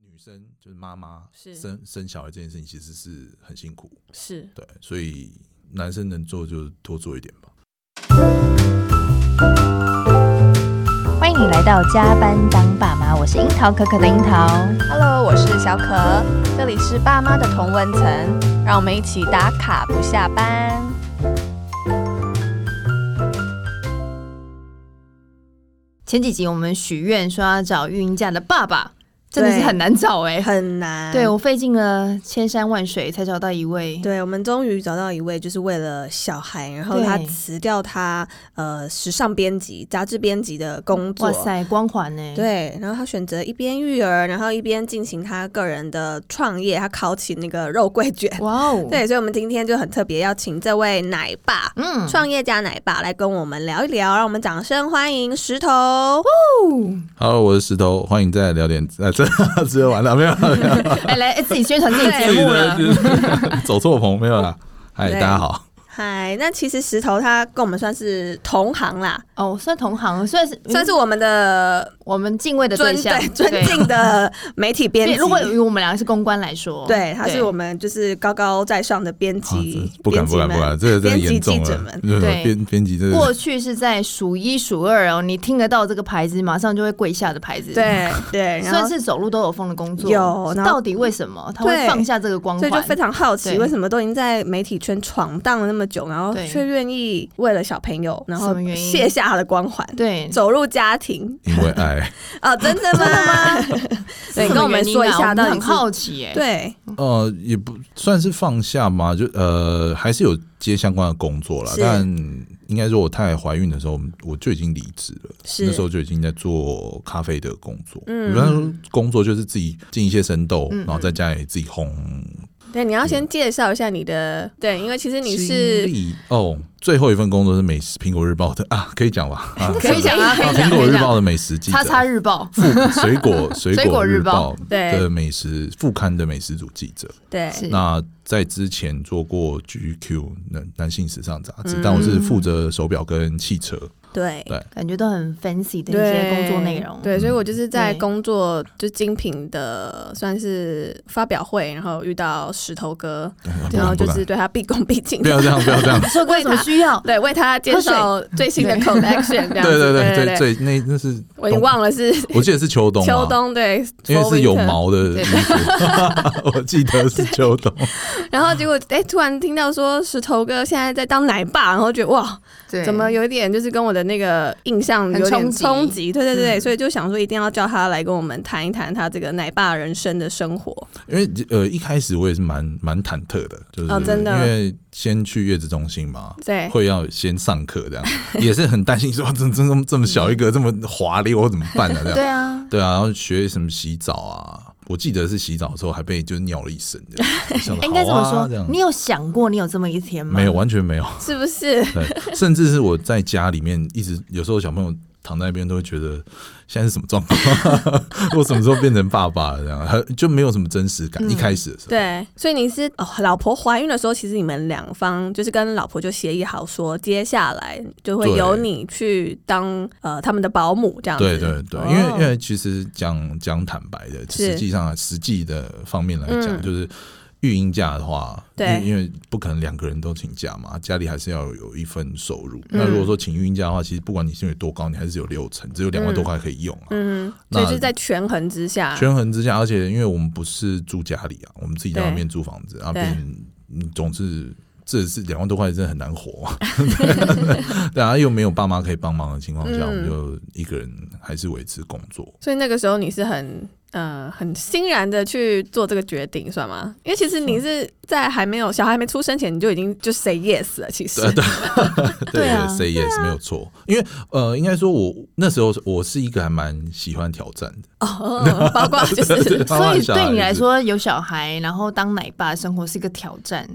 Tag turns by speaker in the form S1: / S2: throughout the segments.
S1: 女生就是妈妈
S2: 是
S1: 生生小孩这件事情，其实是很辛苦，
S2: 是
S1: 对，所以男生能做就多做一点吧。
S3: 欢迎你来到加班当爸妈，我是樱桃可可的樱桃。
S4: Hello，我是小可，这里是爸妈的同温层，让我们一起打卡不下班。
S2: 前几集我们许愿说要找孕假的爸爸，真的是
S4: 对
S2: 很难找哎、
S4: 很难，
S2: 对我费尽了千山万水才找到一位，
S4: 对，我们终于找到一位，就是为了小孩，然后
S2: 对
S4: 他辞掉他呃时尚编辑、杂志编辑的工作
S2: 哇。塞，光环哎、，
S4: 对，然后他选择一边育儿，然后一边进行他个人的创业，他烤起那个肉桂卷。
S2: 哇哦，，
S4: 对，所以我们今天就很特别，邀请这位奶爸，
S2: 嗯，
S4: 创业家奶爸来跟我们聊一聊，让我们掌声欢迎石头。
S1: Hello，我是石头，欢迎再来聊点啊，这直接完了没有？没有
S2: 哎来哎自己宣传自己节
S1: 自己
S2: 目
S1: 的
S2: 了，
S1: 就是 走错棚没有啦。嗨，
S4: 对
S1: 大家好，啊
S4: 嗨，那其实石头他跟我们算是同行啦，
S2: 哦，算同行，算是
S4: 算是我们的
S2: 我们敬畏的对
S4: 尊
S2: 象，
S4: 对尊敬 的媒体编
S2: 对。
S4: 辑。
S2: 如果以我们两个是公关来说，
S4: 对，他是
S2: 对
S4: 我们就是高高在上的编
S1: 啊
S4: 辑
S1: 这，不敢不敢不敢，这个真的
S4: 编辑
S1: 严重
S4: 记者
S1: 了
S4: 们。
S1: 就是
S2: 对
S1: 编编辑这
S2: 过
S1: 个
S2: 去是在数一数二哦，你听得到这个牌子，马上就会跪下的牌子，
S4: 编辑。们，对 对，然
S2: 算
S4: 后
S2: 是走路都有风的工作，
S4: 有然后
S2: 到底为什么他会
S4: 对
S2: 放下这个光
S4: 所
S2: 环？
S4: 以就非常好奇，
S2: 对
S4: 为什么都已经在媒体圈闯荡了那么久，然后
S2: 对
S4: 却愿意为了小朋友，然
S2: 什
S4: 后
S2: 么原因
S4: 卸下他的光环，
S2: 对，
S4: 走入家庭。
S1: 因为爱，
S4: 哦，真的吗？ 对，跟
S2: 是什
S4: 我
S2: 么原
S4: 们
S2: 因啊
S4: 说一下，到
S2: 我们
S4: 底
S2: 很
S4: 是
S2: 好奇耶。
S4: 对
S1: 呃，也不算是放下嘛，就呃，还是有接相关的工作啦。
S4: 是
S1: 但应该说，我太太怀孕的时候，我就已经离职了。
S4: 是
S1: 那时候就已经在做咖啡的工作。嗯，
S4: 嗯
S1: 那时候工作就是自己进一些生豆，
S2: 嗯嗯
S1: 然后在家里自己烘。
S4: 对，你要先介绍一下你的对，因为其实
S1: 嗯
S4: 你
S1: 经
S4: 是
S1: 历哦，最后一份工作是美食《苹果日报》的啊，可以讲吧？啊，
S2: 可以讲啊，可
S1: 啊
S2: 以
S1: 苹
S2: 讲，
S1: 果
S2: 可以
S1: 日报》
S2: 讲。
S1: 的美食记者，
S2: 叉叉日报，
S1: 副水果水
S2: 水果
S1: 果
S2: 日
S1: 日
S2: 报
S1: 报
S4: 对
S1: 的美食副刊的美食组记者。
S4: 对
S2: 是
S1: 那在之前做过 GQ 男男性时尚杂志，但我是负责手表跟汽车。
S4: 对
S1: 对
S2: 感觉都很 fancy 的一些
S4: 对
S2: 工作内容。
S4: 对，所以我就是在
S2: 对
S4: 工作就精品的算是发表会，然后遇到石头哥，
S1: 不
S4: 然后
S1: 敢不啊
S4: 就
S1: 敢
S4: 是对他毕恭毕敬
S1: 不，要这样，不要这 样。
S2: 说过有什么需要？
S4: 对，为他介绍最新的 collection 这样子。
S1: 对对
S4: 对
S1: 对，最那那是
S4: 我已
S1: 冬
S4: 经忘了是
S1: 我记得是秋冬嘛，
S4: 秋冬对，
S1: 因为
S4: fall
S1: 是有
S4: winter
S1: 毛 的衣服，我记得是秋冬。
S4: 然后结果哎、突然听到说石头哥现在在当奶爸，然后觉得哇，
S2: 对
S4: 怎么有一点就是跟我的那个印象有
S2: 很冲
S4: 点
S2: 击
S4: 冲击？对对对，
S2: 嗯
S4: 所以就想说一定要叫他来跟我们谈一谈他这个奶爸人生的生活。
S1: 因为呃一开始我也是蛮蛮忐忑的，就是、
S4: 哦真的
S1: 因为先去月子中心嘛。
S4: 对，
S1: 会要先上课，这样也是很担心说，怎怎这么这么小一个这么华丽，我怎么办呢、这样
S2: 嗯对啊，
S1: 对啊，然后学什么洗澡啊，我记得是洗澡的时候还被就尿了一身这样，我想
S2: 哎应该这
S1: 好
S2: 么
S1: 啊
S2: 说
S1: 这样，
S2: 你有想过你有这么一天吗？
S1: 没有，完全没有，
S4: 是不 是？
S1: 对，甚至是我在家里面一直有时候小朋友躺在那边都会觉得现在是什么状况， 我什么时候变成爸爸了这样，还就没有什么真实感。一开始的时候，
S4: 对，所以你是哦，老婆怀孕的时候，其实你们两方就是跟老婆就协议好说，接下来就会
S1: 对
S4: 由你去当呃他们的保姆这样子。哦
S1: 对对对，因为因为其实讲讲坦白的，
S4: 是
S1: 实际上啊实际的方面来讲，
S4: 嗯
S1: 就是育婴假的话，
S4: 对
S1: 因为因为不可能两个人都请假嘛，家里还是要有一份收入。那
S4: 嗯
S1: 如果说请育婴假的话，其实不管你薪水多高，你还是有六成，只有两万多块可以用啊。
S4: 嗯，
S1: 那
S4: 所以就是在权衡之
S2: 啊
S4: 下，
S1: 权衡之下，而且因为我们不是住家里啊，我们自己在
S4: 对
S1: 外面租房子啊，
S4: 对
S1: 并嗯总是这是两万多块真的很难活、啊， 对啊，又没有爸妈可以帮忙的情况下，
S4: 嗯
S1: 我们就一个人还是维持工作。
S4: 所以那个时候你是很呃很欣然的去做这个决定，算吗？因为其实你
S1: 嗯
S4: 是在还没有小孩还没出生前，你就已经就 say yes 了。其实
S1: 对对对
S2: 对啊
S1: ，say yes 没有错，因为呃，应该说我那时候我是一个还蛮喜欢挑战的，
S4: 哦，包括 就
S1: 对
S4: 是
S1: 对
S2: 所以对你来，说，有小孩然后当奶爸，生活是一个挑战。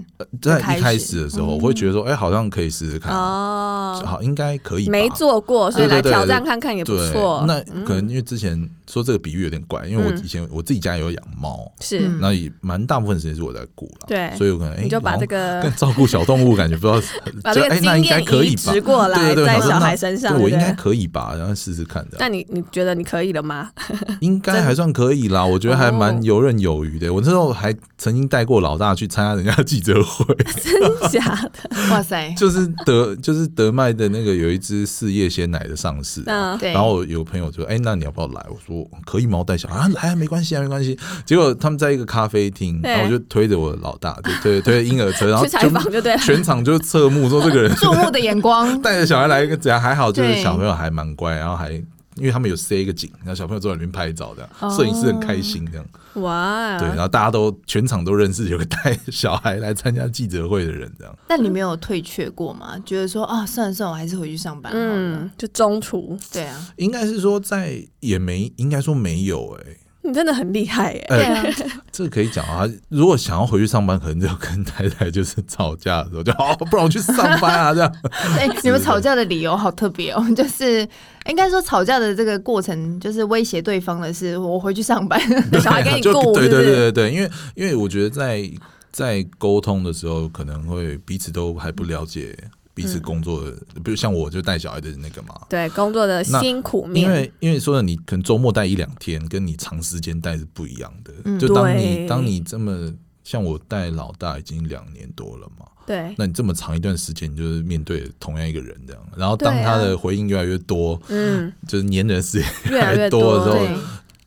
S1: 当然
S2: 开嗯
S1: 是在
S2: 始
S1: 一开始的时候，我会觉得说，哎，好像可以试试看，啊
S4: 哦，
S1: 好，应该可以吧，
S4: 没做过，所以
S1: 对对
S4: 来
S1: 对
S4: 挑
S1: 对
S4: 战看看也不
S1: 对
S4: 错。
S1: 那可能因为之前说这个比喻有点怪，因为我我
S4: 嗯
S1: 以前我自己家也有养猫，
S4: 是，
S2: 嗯
S1: 那也蛮大部分时间是我在顾了，
S4: 对
S1: 所以我可能哎，
S4: 你就把
S1: 然后
S4: 这个
S1: 但照顾小动物，感觉不知 道
S4: 把
S1: 就
S4: 这个
S1: 哎，那
S4: 经
S1: 应该
S4: 验
S1: 可
S4: 移
S1: 以吧
S4: 植？过来
S1: 对对，
S4: 在
S1: 我说
S4: 小
S1: 那
S4: 孩身上，
S1: 对我
S4: 不
S1: 应该可以吧，然后试试看的，
S4: 那你你觉得你可以 了吗？
S1: 应该还算可以啦，我觉得还
S4: 哦
S1: 蛮游刃有余的。我那时候还曾经带过老大去参加人家的记者会，
S4: 真假的？
S2: 哇塞，
S1: 就是德就是德麦的那个有一只四叶鲜奶的上市啊、
S4: 那
S2: 对，
S1: 然后有朋友就说：“哎、那你要不要来？”我说：“可以吗？我带小孩 啊，来啊，没关系啊，没关系。”结果他们在一个咖啡厅，
S4: 对
S1: 然后我就推着我老大，就推推着婴儿车，然后
S4: 去采访
S1: 就
S4: 就对了。
S1: 全场就侧目说：“这个人，
S2: 注目的眼光
S1: 带着小孩来一个怎样？还好，就是
S2: 对
S1: 小朋友还蛮乖，然后还因为他们有塞一个景，然后小朋友坐在里面拍照，这
S4: 哦嗯
S1: 样摄影师很开心，这样、
S4: 哇，
S1: 对，然啊后大家都全场都认识有个带小孩来参加记者会的人，这样。”
S2: 但你没有退却过吗？觉得说啊，算了算了，我还是回去上班好了。
S4: 嗯，就中途，
S2: 对啊，
S1: 应该是说在也没，应该说没有哎、
S4: 你真的很厉害耶！
S1: 呃
S2: 对啊，
S1: 这个可以讲啊。如果想要回去上班，可能就跟太太就是吵架的时候，就好、不然我去上班啊这样。
S2: 哎、你们吵架的理由好特别哦， 就是应该说吵架的这个过程，就是威胁对方的是我回去上班，
S4: 小孩给 你
S1: 就
S4: 顾，
S1: 哎对
S4: 是不
S1: 对对对
S4: 是？
S1: 对，因为因为我觉得在在沟通的时候，可能会彼此都还不了解彼此工作的，比如像我就带小孩的那个嘛。
S4: 对工作的
S1: 那
S4: 辛苦
S1: 因
S4: 面，
S1: 为因为说的你可能周末带一两天，跟你长时间带是不一样的。
S2: 嗯
S1: 就当
S4: 对
S1: 你当你这么像我带老大已经两年多了嘛，
S4: 对，
S1: 那你这么长一段时间，你就是面对同样一个人这样，然后当
S4: 对啊
S1: 他的回应越来越多，
S4: 嗯，
S1: 就是黏人的事情
S4: 越来越
S1: 多的时候
S4: 对
S2: 对，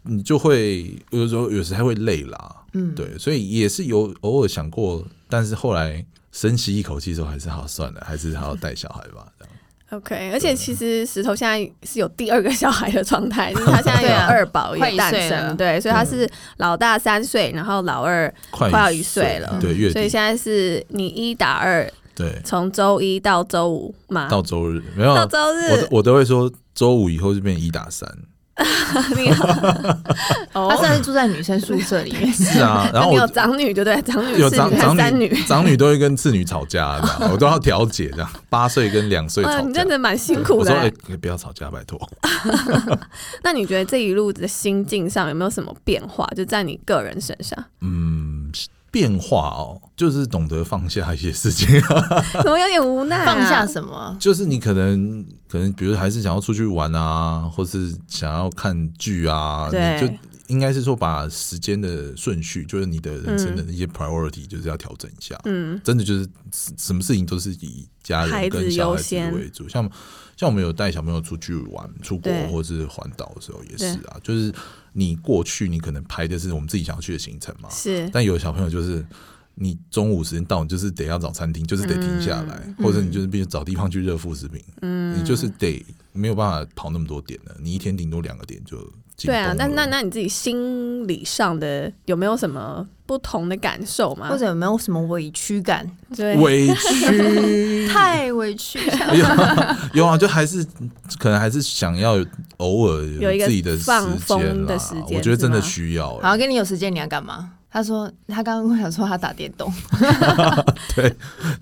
S1: 你就会有时候有时还会累啦。
S2: 嗯，
S1: 对，所以也是有偶尔想过，但是后来深吸一口气的时候，还是好算了，还是还要带小孩吧。这样
S4: OK，而且其实石头现在是有第二个小孩的 状态，就是他现在有
S2: 对啊
S4: 二宝
S2: 快
S4: 也
S2: 一
S4: 诞
S2: 岁了
S4: 生，对，所以他是老大三岁，然后老二，
S1: 快
S4: 快要
S1: 一
S4: 一岁了
S1: 对，月
S4: 所以
S1: 底
S4: 现在是你一打二，
S1: 对，
S4: 从周一到周五嘛，
S1: 到周日没有
S4: 到
S1: 啊，
S4: 周
S1: 我都
S4: 日，
S1: 我都会说周五以后就变一打 三，
S4: 你好
S2: 他
S4: 哦，
S2: 算是住在女生宿 舍里面，
S1: 是啊，然后
S4: 你有
S1: 我
S4: 长女对不对？长 女、
S1: 有
S4: 次
S1: 长
S4: 女
S1: 长
S4: 还三
S1: 女
S4: 女，
S1: 长女都会跟次女吵架，这 样我都要调解这样，八岁跟两岁
S4: 哇，
S1: 吵
S4: 你
S1: 架
S4: 真。的蛮辛苦
S1: 我
S4: 的
S1: 说哎、
S4: 欸。
S1: 不要吵架，拜托。
S4: 那你觉得这一路的心境上有没有什么变化？就在你个人身 上，
S1: 嗯，变化哦，就是懂得放下一些事情，
S4: 怎么有点无奈啊？
S2: 放下什么？
S1: 就是你可能可能，比如还是想要出去玩啊，或是想要看剧啊，
S4: 对
S1: 你就应该是说把时间的顺序，就是你的人生的一些 priority，、就是要调整一下。
S4: 嗯，
S1: 真的就是什么事情都是以家
S4: 孩
S1: 人
S4: 子
S1: 跟小
S4: 优
S1: 孩子
S4: 先
S1: 为主，像像我们有带小朋友出去玩、出国
S4: 对
S1: 或是环岛的时候也是啊，就是你过去你可能排的是我们自己想要去的行程嘛，
S4: 是
S1: 但有的小朋友就是，你中午时间到，你就是得要找餐厅，就是得
S4: 嗯
S1: 停下来，或者你就是必须找地方去热副食品，嗯，你就是得没有办法跑那么多点了，你一天顶多两个点就紧
S4: 对啊
S1: 绷，
S4: 那
S1: 了
S4: 那那你自己心理上的有没有什么不同的感受吗？
S2: 或者有没有什么委屈感？。
S4: 对，
S1: 委屈
S4: 嗯
S2: 太委屈 了，
S1: 有有啊，就还是可能还是想要偶尔
S4: 有一个
S1: 自己的时
S4: 放
S1: 间
S4: 风
S1: 啦
S4: 的时，间
S1: 我觉得真的
S4: 是吗
S1: 需要欸、
S2: 好，跟你有时间你要干嘛？他说他刚刚跟我讲说他打电 动，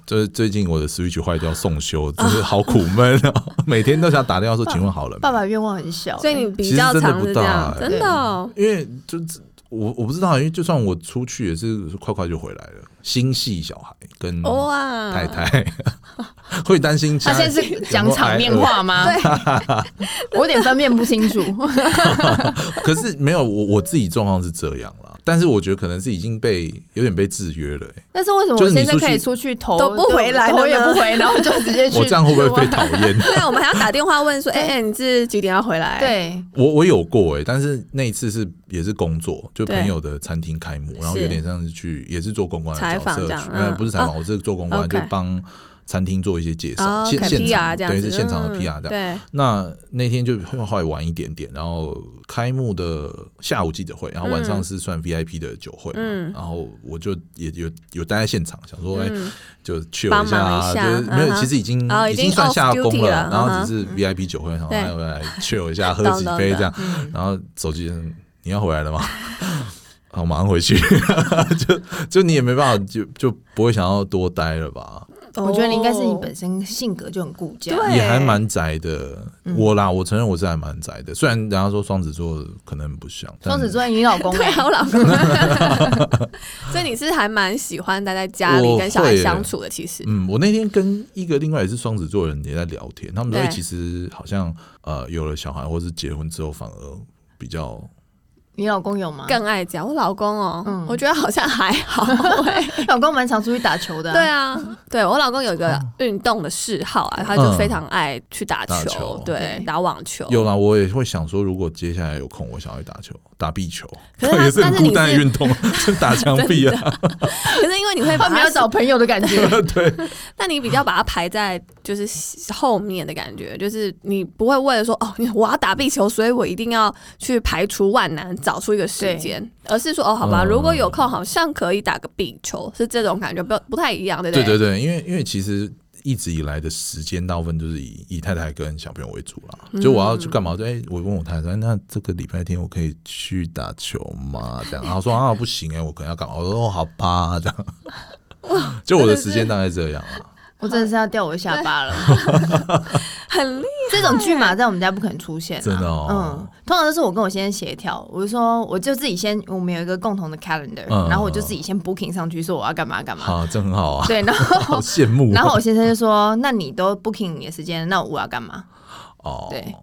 S1: 就是最近我的 Switch 坏掉送修，真
S4: 哦
S1: 是好苦闷啊！ 每天都想打电 话说，
S4: 嗯
S1: 请问好了没
S2: 爸爸愿望很小、
S4: 所以
S2: 哎
S4: 你 比较常是这样，
S1: 其实
S4: 真
S2: 真的不大欸
S4: 的哦、
S1: 因为就我我不知道，因为就算我出去也是快快就回来了。心系小孩跟
S4: 哇，
S1: 嗯太太、 会担心家
S2: 他现在是讲场面话吗？
S4: 对，
S2: 我有点分辨不清 楚。
S1: 可是没有我我自己状况是这样啦。但是我觉得可能是已经被有点被制约了、欸
S2: 但是为什么
S1: 就
S2: 我
S1: 是你
S2: 先生
S1: 出去
S2: 可以出去投
S4: 都不回来了
S2: 头也
S4: 呢
S2: 不回，然后就直接 去？
S1: 我这样会不会被讨厌？
S4: 对啊，我们还要打电话 问说，哎、哎，你是几点要回来？，
S2: 对，
S1: 我我有过哎、欸但是那一次是也是工作，就
S4: 对
S1: 朋友的餐厅开幕，然后
S4: 是
S1: 有点像是去也是做公关的
S4: 采
S1: 角
S4: 访
S1: 色
S4: 这样，
S1: 没有
S4: 嗯
S1: 不是采访，我是做公关，就
S4: OK
S1: 帮餐厅做一些介绍，
S4: 哦，
S1: 现
S4: 可
S1: 现
S4: PR
S1: 场
S4: 这样
S1: 对
S4: 子，
S1: 是现场的
S4: 嗯
S1: PR 这样。
S4: 对，
S1: 那那天就后来晚一点点，然后开幕的下午记者会，然后晚上是算 VIP 的酒会嘛，
S4: 嗯
S1: 然后我就也有有待在现场，想说哎、
S4: 嗯
S1: 就 chill
S4: 帮
S1: 一下
S4: 忙
S1: 啊，
S4: 一下
S1: 就是没有
S4: 嗯，哼
S1: 其实已经、
S4: 哦已
S1: 已
S4: 经
S1: 经算下
S4: off
S1: 工
S4: duty 了
S1: 然后
S4: 嗯哼
S1: 只是 VIP 酒会，然后
S4: 对
S1: 来来 chill 一下，喝
S4: 懂
S1: 几
S4: 懂
S1: 杯
S4: 懂
S1: 这样，
S2: 嗯，
S1: 然后手机嗯你要回来了吗？ 好，马上回去，就就你也没办法，就就不会想要多待了吧？
S2: 哦我觉得你应该是你本身性格就很顾家，
S4: 哦对
S1: 也还蛮宅的。
S2: 嗯
S1: 我啦，我承认我是还蛮宅的，虽然人家说双子座可能不像，但
S2: 双子座你老公
S4: 对啊，我老公， 所以你是还蛮喜欢待在家里
S1: 我
S4: 跟小
S1: 会
S4: 孩
S1: 耶
S4: 相处的，其实，
S1: 嗯，我那天跟一个另外也是双子座的人也在聊天，他们说
S4: 对
S1: 欸其实好像呃有了小孩或是结婚之后反而比
S4: 哦
S1: 较
S2: 你老公有吗？
S4: 更爱家。我老公哦，
S2: 嗯
S4: 我觉得好像还好。欸
S2: 老公蛮常出去打球的、
S4: 对，啊，对我老公有一个运动的嗜好啊，他就
S1: 嗯
S4: 非常爱去打
S1: 打
S4: 球
S1: 球，
S4: 对
S2: 对，
S4: 打网球。
S1: 有啦，我也会想说，如果接下来有空，我想要去打球，打壁球，
S4: 可是 他
S1: 也是
S4: 但
S1: 很
S4: 是你
S1: 孤单的
S4: 是
S1: 运动， 就打墙壁 啊，
S4: 可是因为你会把
S2: 他们
S4: 它
S2: 要找朋友的 感觉。
S1: 对，
S4: 那你比较把它排在就是后面的感觉，就是你不会为了说哦，你我要打壁球，所以我一定要去排除万难找出一个时间，而是说哦，好吧，
S1: 嗯
S4: 如果有空，好像可以打个壁球，是这种感觉，不不太一样，对不
S1: 对
S4: 对？
S1: 对对，因为因为其实一直以来的时间大部分就是以以太太跟小朋友为主啦。就我要去干嘛？就哎、我问我太太说，哎那这个礼拜天我可以去打球吗？这样，然后说啊不行哎、我可能要干嘛？我说哦好吧，这样。就我的时间大概这样啊。
S2: 我真的是要掉我下巴 了。
S4: 很厉
S2: 这种剧码在我们家不可能出现、啊，
S1: 真的哦
S2: 嗯，通常都是我跟我先生协调，我就说我就自己先，我们有一个共同的 calendar，、
S1: 嗯
S2: 然后我就自己先 booking 上去，说我要干嘛干嘛。
S1: 好，这很好啊，
S2: 对，然
S1: 好
S2: 后
S1: 羡慕哦。
S2: 然后我先生就说：“那你都 booking 你的时间，那我要干嘛
S1: 哦，
S2: 对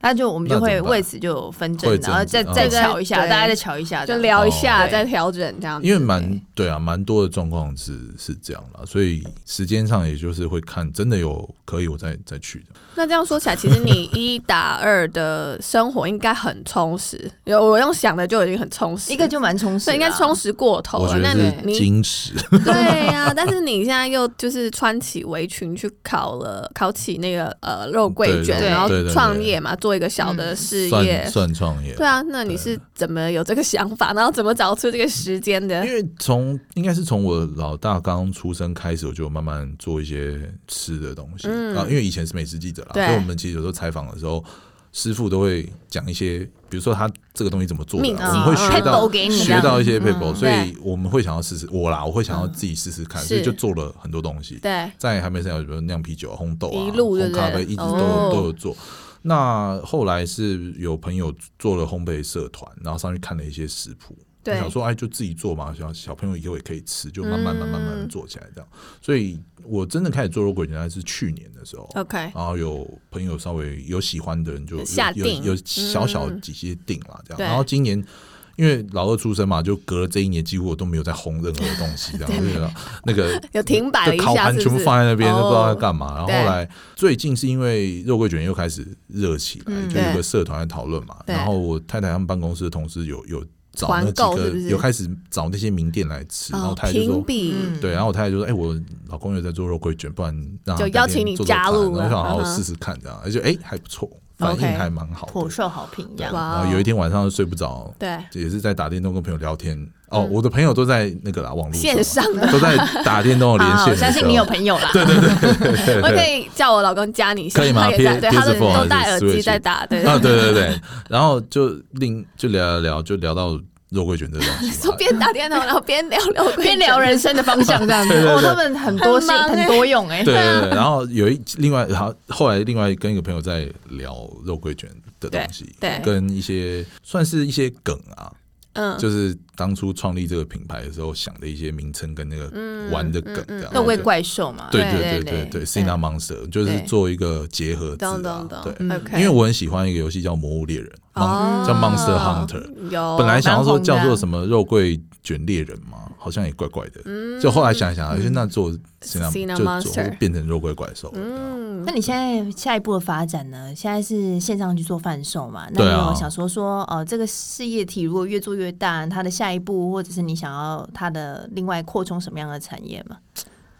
S2: 他就我们就
S1: 那
S2: 会
S1: 怎么办
S2: 为此就有纷争
S1: 会，争执
S2: 然后再
S1: 嗯
S2: 再瞧一下，
S4: 对
S2: 大家再瞧一下，
S4: 害，就
S2: 聊。
S4: 聊一下、
S2: 哦
S4: 再调整这样子，
S1: 因为蛮对啊，蛮多的状况是是这样啦，所以时间上也就是会看，真的有可以我再再去的。
S4: 那这样说起来，其实你一打二的生活应该很充实，有我用想的就已经很充实，
S2: 一个就蛮充实
S4: 所
S2: 啦，
S4: 以应该充实过头
S1: 我
S4: 了。
S1: 觉
S4: 那
S1: 得
S4: 你
S1: 是矜
S4: 你
S1: 持，
S4: 对呀、但是你现在又就是穿起围裙去烤了，烤起那个呃肉桂卷，
S2: 对
S4: 然后
S1: 对对对
S4: 创业嘛，做一个小的事业
S1: 算。算创业。
S4: 对啊，那你是怎么有这个想法，然后怎么找出这个时间的
S1: 因？为从应该是从我老大刚出生开始，我就慢慢做一些吃的东西、
S4: 嗯
S1: 啊。因为以前是美食记者啦，
S4: 对
S1: 所以我们其实有时候采访的时候，师傅都会讲一些，比如说他这个东西怎么做的
S4: 秘籍
S1: 啊，我们会学
S2: 配
S1: 到
S2: 布给你这
S1: 学
S2: 样
S1: 到一些 paper，、
S2: 嗯
S1: 所以
S4: 对
S1: 我们会想要试试。我啦，我会想要自己试试看，
S4: 嗯
S1: 所以
S4: 是
S1: 就做了很多东西。
S4: 对，
S1: 在还没生小孩，比如酿啤酒、烘豆啊、
S4: 一路对
S1: 烘
S4: 不
S1: 咖
S4: 对
S1: 啡，一直都、
S4: 哦
S1: 都有做。那后来是有朋友做了烘焙社团，然后上去看了一些食谱，
S4: 对
S1: 我想说哎，就自己做嘛，小小朋友以后也可以吃，就慢慢慢慢
S4: 嗯
S1: 慢慢做起来这样。所以我真的开始做肉桂卷，原来是去年的时候。
S4: ，OK，
S1: 然后有朋友稍微有喜欢的人就有
S4: 下
S1: 有
S4: 定
S1: 有小小
S4: 嗯
S1: 几些定啦，这样。
S4: 对
S1: 然后今年因为老二出生嘛，就隔了这一年，几乎我都没有在烘任何东西， 这样我就觉得那个
S4: 有停摆了一
S1: 就烤
S4: 下，
S1: 盘
S4: 是
S1: 全
S4: 不
S1: 部
S4: 是？
S1: 放在那边，都不知道要
S4: 嘛。
S1: 干嘛。然后
S4: 对
S1: 后来最近是因为肉桂卷又开始热起来，
S2: 嗯
S1: 就有个社团在讨论嘛。
S4: 对
S1: 然后我太太他们办公室的同事有有找那
S4: 团购
S1: 几个，
S4: 是不是
S1: 有开始找那些名店来吃，然后
S4: 哦
S1: 太太就
S4: 评
S1: 说。
S4: 比，
S2: 嗯
S1: 对，然后我太太就说：“哎、我老公有在做肉桂卷，不然让他
S4: 就
S1: 改
S4: 邀
S1: 天
S4: 请你
S1: 做做
S4: 加
S1: 看
S4: 入
S1: 然后我
S4: 了
S1: 想好
S4: 嗯
S1: 我
S4: 哼
S1: 试试看这样，而且哎还不错，反
S4: OK
S1: 应还蛮好的。
S2: 颇受好评这
S1: 对
S2: 样。
S4: 哇哦
S1: 然后有一天晚上睡不着，
S4: 对，
S1: 也是在打电动跟朋友聊天。哦，我的朋友都在那个啦网络
S4: 嗯线上的。
S1: 都在打电动连
S2: 好，
S1: 线
S2: 我
S1: 的时候。
S2: 相信你有朋友啦。对
S1: 对
S4: 我
S1: 对
S4: 可以叫我老公加你一下，
S1: 可以吗
S4: 他也在，
S1: P-
S4: 对，他
S1: PS4
S4: 都
S1: 还
S4: 都
S1: 是
S4: 戴耳机
S1: Switch？
S4: 在打，对，
S1: 啊，对对对，然后就另就聊聊聊，就聊到肉桂卷这个东西
S4: 说
S1: 嘛。
S4: 边打电脑，然后边 聊聊，
S2: 边聊人生的方向这样子，
S1: 对对对
S2: 哦，他们很多心
S4: 很忙欸
S2: 很多用哎，
S1: 对对对，然后有一另外，然后后来另外跟一个朋友在聊肉桂卷的东西，
S4: 对对
S1: 跟一些算是一些梗啊，
S4: 嗯，
S1: 就是当初创立这个品牌的时候想的一些名称跟那个玩的梗这样。
S2: 嗯肉桂
S1: 对
S2: 怪兽嘛，
S1: 对
S2: 对
S1: 对对对对，Cina Monster 就是
S2: 对
S1: 做一个结合字
S4: 懂
S1: 啊
S4: 懂，懂
S1: 对，
S2: 嗯
S4: OK
S1: 因为我很喜欢一个游戏叫《魔物猎人》，
S4: 哦
S1: 叫 Monster Hunter，
S2: 哦
S4: 有
S1: 本来想要说叫
S2: 蛮红
S1: 做
S2: 的
S1: 什么肉桂卷猎人嘛，好像也怪怪的。
S2: 嗯
S1: 就后来想一想，哎那做
S4: Cinnamon
S1: 就
S4: Monster
S1: 做变成肉桂怪兽了。
S4: 嗯，
S2: 那你现在下一步的发展呢？现在是线上去做贩售嘛？那
S1: 对
S2: 你
S1: 啊
S2: 有想说说，呃，这个事业体如果越做越大，它的下一步，或者是你想要它的另外扩充什么样的产业吗？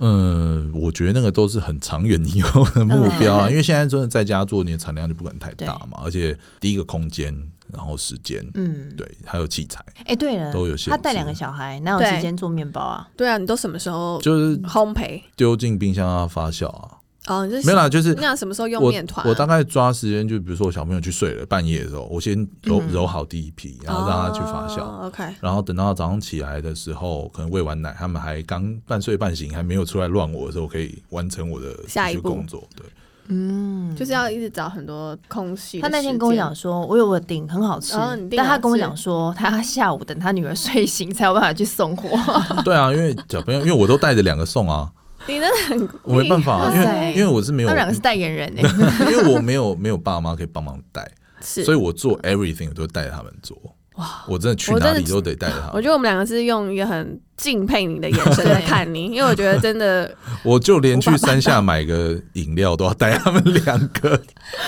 S1: 嗯，我觉得那个都是很长远以后的目标
S2: 嗯
S1: 啊，因为现在真的在家做，你的产量就不敢太大嘛，而且第一个空间，然后时间，
S2: 嗯，
S1: 对，还有器材，
S2: 哎、对了，
S1: 都有限制
S2: 他带两个小孩，哪有
S4: 对
S2: 时间做面包啊？
S4: 对啊，你都什么时候
S1: 就是
S4: 烘焙？
S1: 丢进冰箱啊，发酵啊，
S4: 哦，你是
S1: 没有啦，就是
S4: 那什么时候用
S1: 我
S4: 面团啊？
S1: 我大概抓时间，就比如说我小朋友去睡了，半夜的时候，我先揉揉好第一批，然后让他去发酵。
S4: 哦 OK，
S1: 然后等到早上起来的时候，可能喂完奶，他们还刚半睡半醒，还没有出来乱我的时候，我可以完成我的
S4: 下一
S1: 必须
S4: 步
S1: 工作。对，
S2: 嗯，
S4: 就是要一直找很多空隙。
S2: 他那天跟我讲，说，我有我的顶很好吃，
S4: 哦你顶
S2: 但他
S4: 好
S2: 跟我
S4: 吃
S2: 讲说，他下午等他女儿睡醒才有办法去送货。
S1: 对啊，因为小朋友，因为我都带着两个送啊，
S4: 你真的很
S1: 我没办法、
S2: 哇
S1: 啊，因
S2: 塞
S1: 为因为我是没有
S2: 他，两个是代言人呢、欸
S1: 因为我没有没有爸妈可以帮忙带，
S4: 是，
S1: 所以我做 everything 我都带着他们做。哇，我真的去
S4: 我真
S1: 哪
S4: 的
S1: 里都得带着他
S4: 我
S1: 们。
S4: 觉得我们两个是用一个很敬佩你的眼神在 看你，因为我觉得真 的，
S1: 我就连
S4: 我
S1: 去
S4: 爸爸
S1: 山下买个饮料都要带他们两个。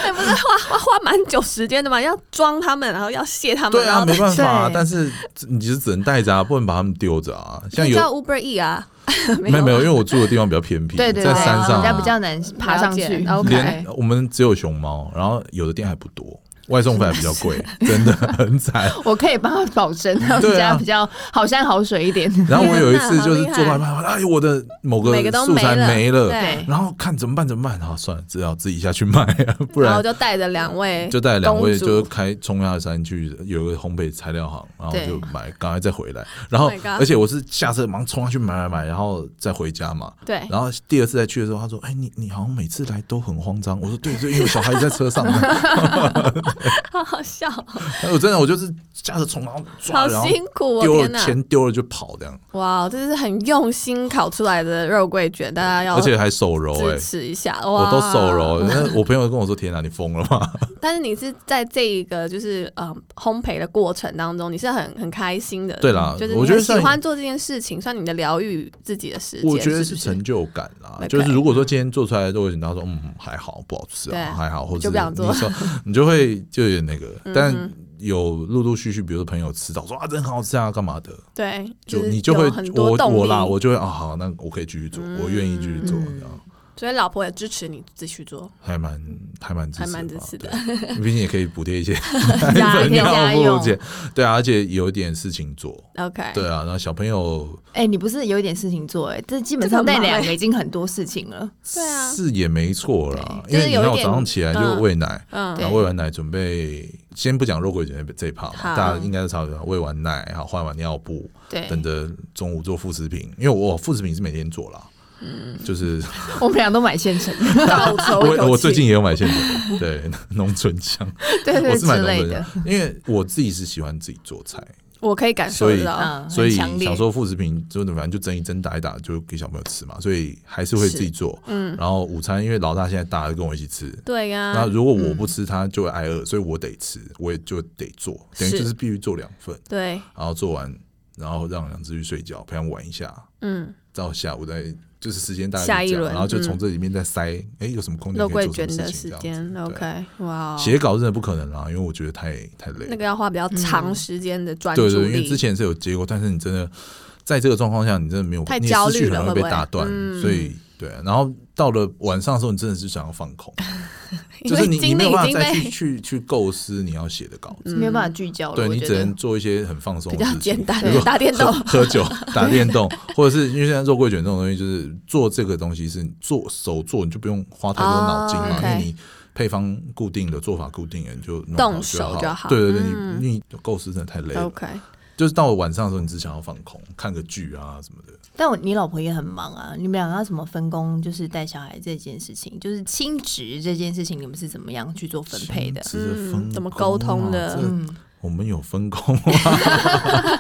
S4: 那哎不是花花花蛮久时间的嘛，要装他们，然后要卸他们，
S1: 对
S4: 然
S1: 啊，
S4: 后
S1: 没办法、啊，
S2: 对
S1: 但是你就只能带着啊，不能把他们丢着啊。像
S4: 你
S1: 有
S4: 叫 Uber E 啊，
S1: 没有没有，因为我住的地方比较偏僻，
S2: 对对对，
S1: 在山上
S2: 人
S1: 啊、
S2: 家比较难爬上
S4: 了
S2: 去
S4: 解。OK
S1: 连我们只有熊猫，然后有的店还不多，外送费还比较 贵，真的很惨。
S2: 我可以帮他保 证，他们
S1: 对
S2: 家
S1: 啊
S2: 比较好山好水 一点。
S1: 然后我有一次
S4: 好
S1: 就是
S4: 厉害
S1: 做饭，哎，我的某个
S4: 每个都
S1: 素材
S4: 了，
S1: 没了，
S4: 对，
S1: 然后看怎么办怎么办，然后算了，只好自己下去买啊，不
S4: 然
S1: 然
S4: 后就带着两 位，
S1: 就带两位
S4: 公主
S1: 就开冲下山去，有个烘焙材料行，然后
S2: 对
S1: 就买，赶快再回来。然后
S4: Oh my god
S1: 而且我是下车马上冲下去买买买，然后再回家嘛。
S4: 对，
S1: 然后第二次再去的时候，他说：“哎，你你好像每次来都很慌张。”我说：“对，对，因为我小孩在车上。”
S4: 好好笑，
S1: 我真的我就是驾着冲，然后抓，
S4: 好
S1: 然后
S4: 辛苦哦，
S1: 丢
S4: 天
S1: 了
S4: 哪！哦
S1: 钱丢了就跑这样，
S4: 哇，这是很用心烤出来的肉桂卷，大家要
S1: 而且还手揉哎、
S4: 支持一下。哇，
S1: 我都哦手揉。那我朋友跟我说：“天哪，你疯了吗
S4: 但是你是在这一个就是嗯烘焙的过程当中，你是很很开心的，
S1: 对啦
S4: 就是
S1: 我
S4: 你
S1: 觉得
S4: 很喜
S1: 算
S4: 欢做这件事情，算你的疗愈自己的时？”间，
S1: 我觉得
S4: 是
S1: 是
S4: 不
S1: 成就感啦，
S4: OK 嗯
S1: 就是如果说今天做出来的肉桂卷，他说：“嗯，还好，不好吃
S4: 对
S1: 啊，还好。”或者
S4: 就不想做
S1: 你 说你就会就有点那个，但
S4: 嗯
S1: 有陆陆续续，比如说朋友吃到说啊，真好吃啊，干嘛的，
S4: 对，
S1: 就是你就会
S4: 有很
S1: 我
S4: 多动力
S1: 我啦，我就会啊，好，那我可以继续做，我愿意继续做，
S2: 嗯
S1: 这样
S4: 所以老婆也支持你继续做，
S1: 还蛮还蛮支
S4: 还
S1: 持
S4: 蛮支
S1: 吧
S4: 持的。
S1: 对毕竟也可以补贴一 些
S2: 加
S1: 粉
S2: 添加
S1: 尿
S2: 用
S1: 布钱，对啊，而且有一点事情做，
S4: OK，
S1: 对啊，然后小朋友
S2: 哎、你不是有一点事情做哎、这基
S4: 这
S2: 本
S4: 个
S2: 上
S4: 很
S2: 带
S4: 忙
S2: 两
S4: 欸
S2: 个已经很多 事情了。
S4: 对啊
S1: 是也没错啦，
S4: 对
S1: 因为你
S4: 就是有一
S1: 看我
S4: 点
S1: 早上起来就
S4: 嗯
S1: 喂奶，
S4: 嗯，
S1: 然后喂完奶准备，先不讲肉桂卷这一趴嘛，
S4: 好
S1: 大家应该都差不多，喂完奶，好换完尿布，
S2: 对，
S1: 等着中午做副食品，因为我副食品是每天做啦。
S2: 嗯
S1: 就是
S2: 我们俩都买现成 的，
S4: 倒抽一口气
S1: 我我最近也有买现成的，对 农村香，
S2: 对
S1: 我
S2: 对
S1: 是买
S2: 之
S1: 农
S2: 类
S1: 村
S2: 的
S1: 香。，因为我自己是喜欢自己做菜，
S4: 我可以感受
S1: 所以
S4: 得到，
S2: 嗯，
S1: 所以
S2: 很强烈
S1: 想。说副食品就反正就蒸一蒸打一打就给小朋友吃嘛，所以还是会自己做。嗯，然后午餐因为老大现在大了跟我一起吃，
S4: 对呀、
S1: 那如果我不吃他就会挨饿，所以我得吃，我也就得做，等于
S4: 是
S1: 就是必须做两份，
S4: 对，
S1: 然后做完，然后让两只去睡觉，陪他们玩一下，
S4: 嗯，
S1: 到下午再就是时间大概
S4: 下
S1: 就
S4: 一
S1: 这样
S4: 轮
S1: 然后就
S4: 嗯
S1: 从这里面再塞，哎，有什么空间
S4: 肉
S1: 可以
S4: 桂
S1: 做
S4: 卷
S1: 什么
S4: 的
S1: 事情
S4: 时
S1: 这样
S4: 间
S1: 子。对
S4: ，OK，哇、哦
S1: 写稿真的不可能啦，因为我觉得太太累了。
S4: 那个要花比较长时间的专注
S1: 对
S4: 力。
S1: 对，因为之前是有结果，但是你真的在这个状况下，你真的没有
S4: 太
S1: 你的
S4: 焦
S1: 思
S4: 虑
S1: 绪可
S4: 了
S1: 能
S4: 会
S1: 被
S4: 不会
S1: 打断，
S4: 嗯
S1: 所以对啊。然后到了晚上的时候，你真的是想要放空，
S4: 因
S1: 就
S4: 为
S1: 是你你
S4: 精
S1: 没
S4: 力
S1: 有
S4: 已
S1: 办
S4: 经
S1: 法再去
S4: 被
S1: 去去构思你要写的稿子，
S2: 没有
S4: 嗯
S2: 办法聚焦了，
S1: 对
S2: 我
S1: 你
S2: 觉
S1: 只
S2: 得
S1: 能做一些很放松
S4: 比
S1: 的事
S4: 较
S1: 情，
S4: 简单
S1: 比如，说
S4: 打电动
S1: 喝。喝酒、打电动， 或者是因为现在肉桂卷这种东西，就是做这个东西是做手做，你就不用花太多脑筋
S4: 哦
S1: 嘛，因
S4: ，OK
S1: 为你配方固定了，做法固定了，你就弄好
S4: 动手就
S1: 就
S4: 好
S1: 对对对，
S4: 嗯哦
S1: 你你构思真的太累了。
S4: OK，
S1: 就是到了晚上的时候，你只想要放空，看个剧啊什么的。
S2: 但我你老婆也很忙啊，你们两个要怎么分工？就是带小孩这件事情，就是亲职这件事情，你们是怎么样去做分配的？
S1: 只是分工啊
S4: 嗯怎么沟通的
S1: 这
S2: 嗯，
S1: 我们有分 工吗？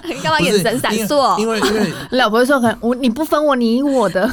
S4: 你干嘛
S1: 不
S4: 眼
S1: 是
S4: 神闪
S1: 因为
S4: 烁？
S1: 因为因为
S2: 你老婆会说可能我你不分我，你赢我的，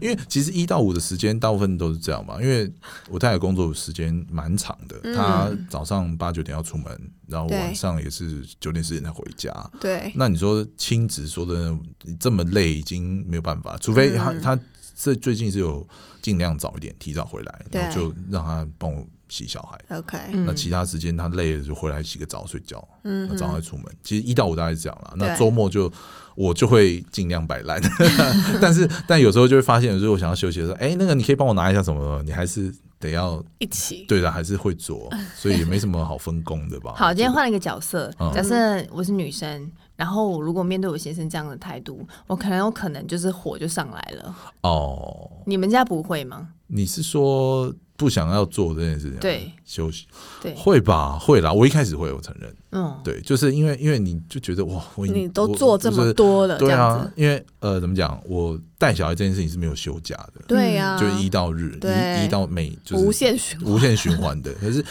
S1: 因为其实一到五的时间大部分都是这样嘛，因为我太太工作时间蛮长的，她早上八九点要出门，然后
S4: 嗯对
S1: 晚上也是九点十点才回家。
S4: 对，
S1: 那你说亲子说的这么累，已经没有办法，除非
S4: 嗯
S1: 她、她这最近是有尽量早一点提早回来，
S4: 对嗯
S1: 然后就让她帮我洗小孩。
S4: OK，
S1: 那其他时间她累了就回来洗个澡睡觉，嗯，那早上再出门。其实一到五大概是这样啦。那
S4: 对
S1: 周末就我就会尽量摆烂， 但是但有时候就会发现，有时候我想要休息的时候，哎、那个你可以帮我拿一下什么，你还是得要
S4: 一起
S1: 对的，还是会 做，所以也没什么好分工的吧。
S2: 好，今天
S1: 我觉得
S2: 换了一个角色，
S1: 嗯
S2: 假设我是女生，然后我如果面对我先生这样的态度，我可能有可能就是火就上来了。
S1: 哦，
S2: 你们家不会吗？
S1: 你是说不想要做这件事情？
S2: 对，
S1: 休息
S2: 对，
S1: 会吧，会啦，我一开始会，我承认，
S2: 嗯，
S1: 对，就是因为因为你就觉得哇，我已经
S4: 你都
S1: 我
S4: 做这
S1: 就
S4: 么
S1: 是
S4: 多了，这
S1: 对
S4: 样
S1: 啊
S4: 子，，
S1: 因为呃，怎么讲，我带小孩这件事情是没有休假的，
S4: 对呀，
S1: 就一到日，
S4: 嗯对
S1: 一一到每就是
S4: 无限循环，
S1: 无限循环的。可是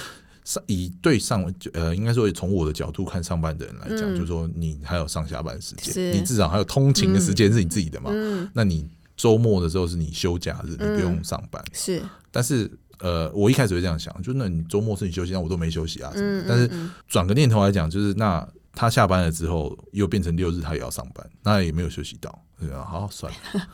S1: 上以对上呃，应该说从我的角度看上班的人来讲，
S4: 嗯
S1: 就是说你还有上下班时
S4: 是
S1: 间，你至少还有通勤的时间是你自己的嘛。
S4: 嗯，
S1: 那你周末的时候是你休假日，你
S4: 嗯
S1: 不用上班。
S4: 是，
S1: 但是呃，我一开始会这样想，就那你周末是你休息，那我都没休息啊什么的
S4: 嗯，
S1: 但是
S4: 嗯
S1: 转个念头来讲，就是那。他下班了之后，又变成六日，他也要上班，那也没有休息到，对啊，好算了，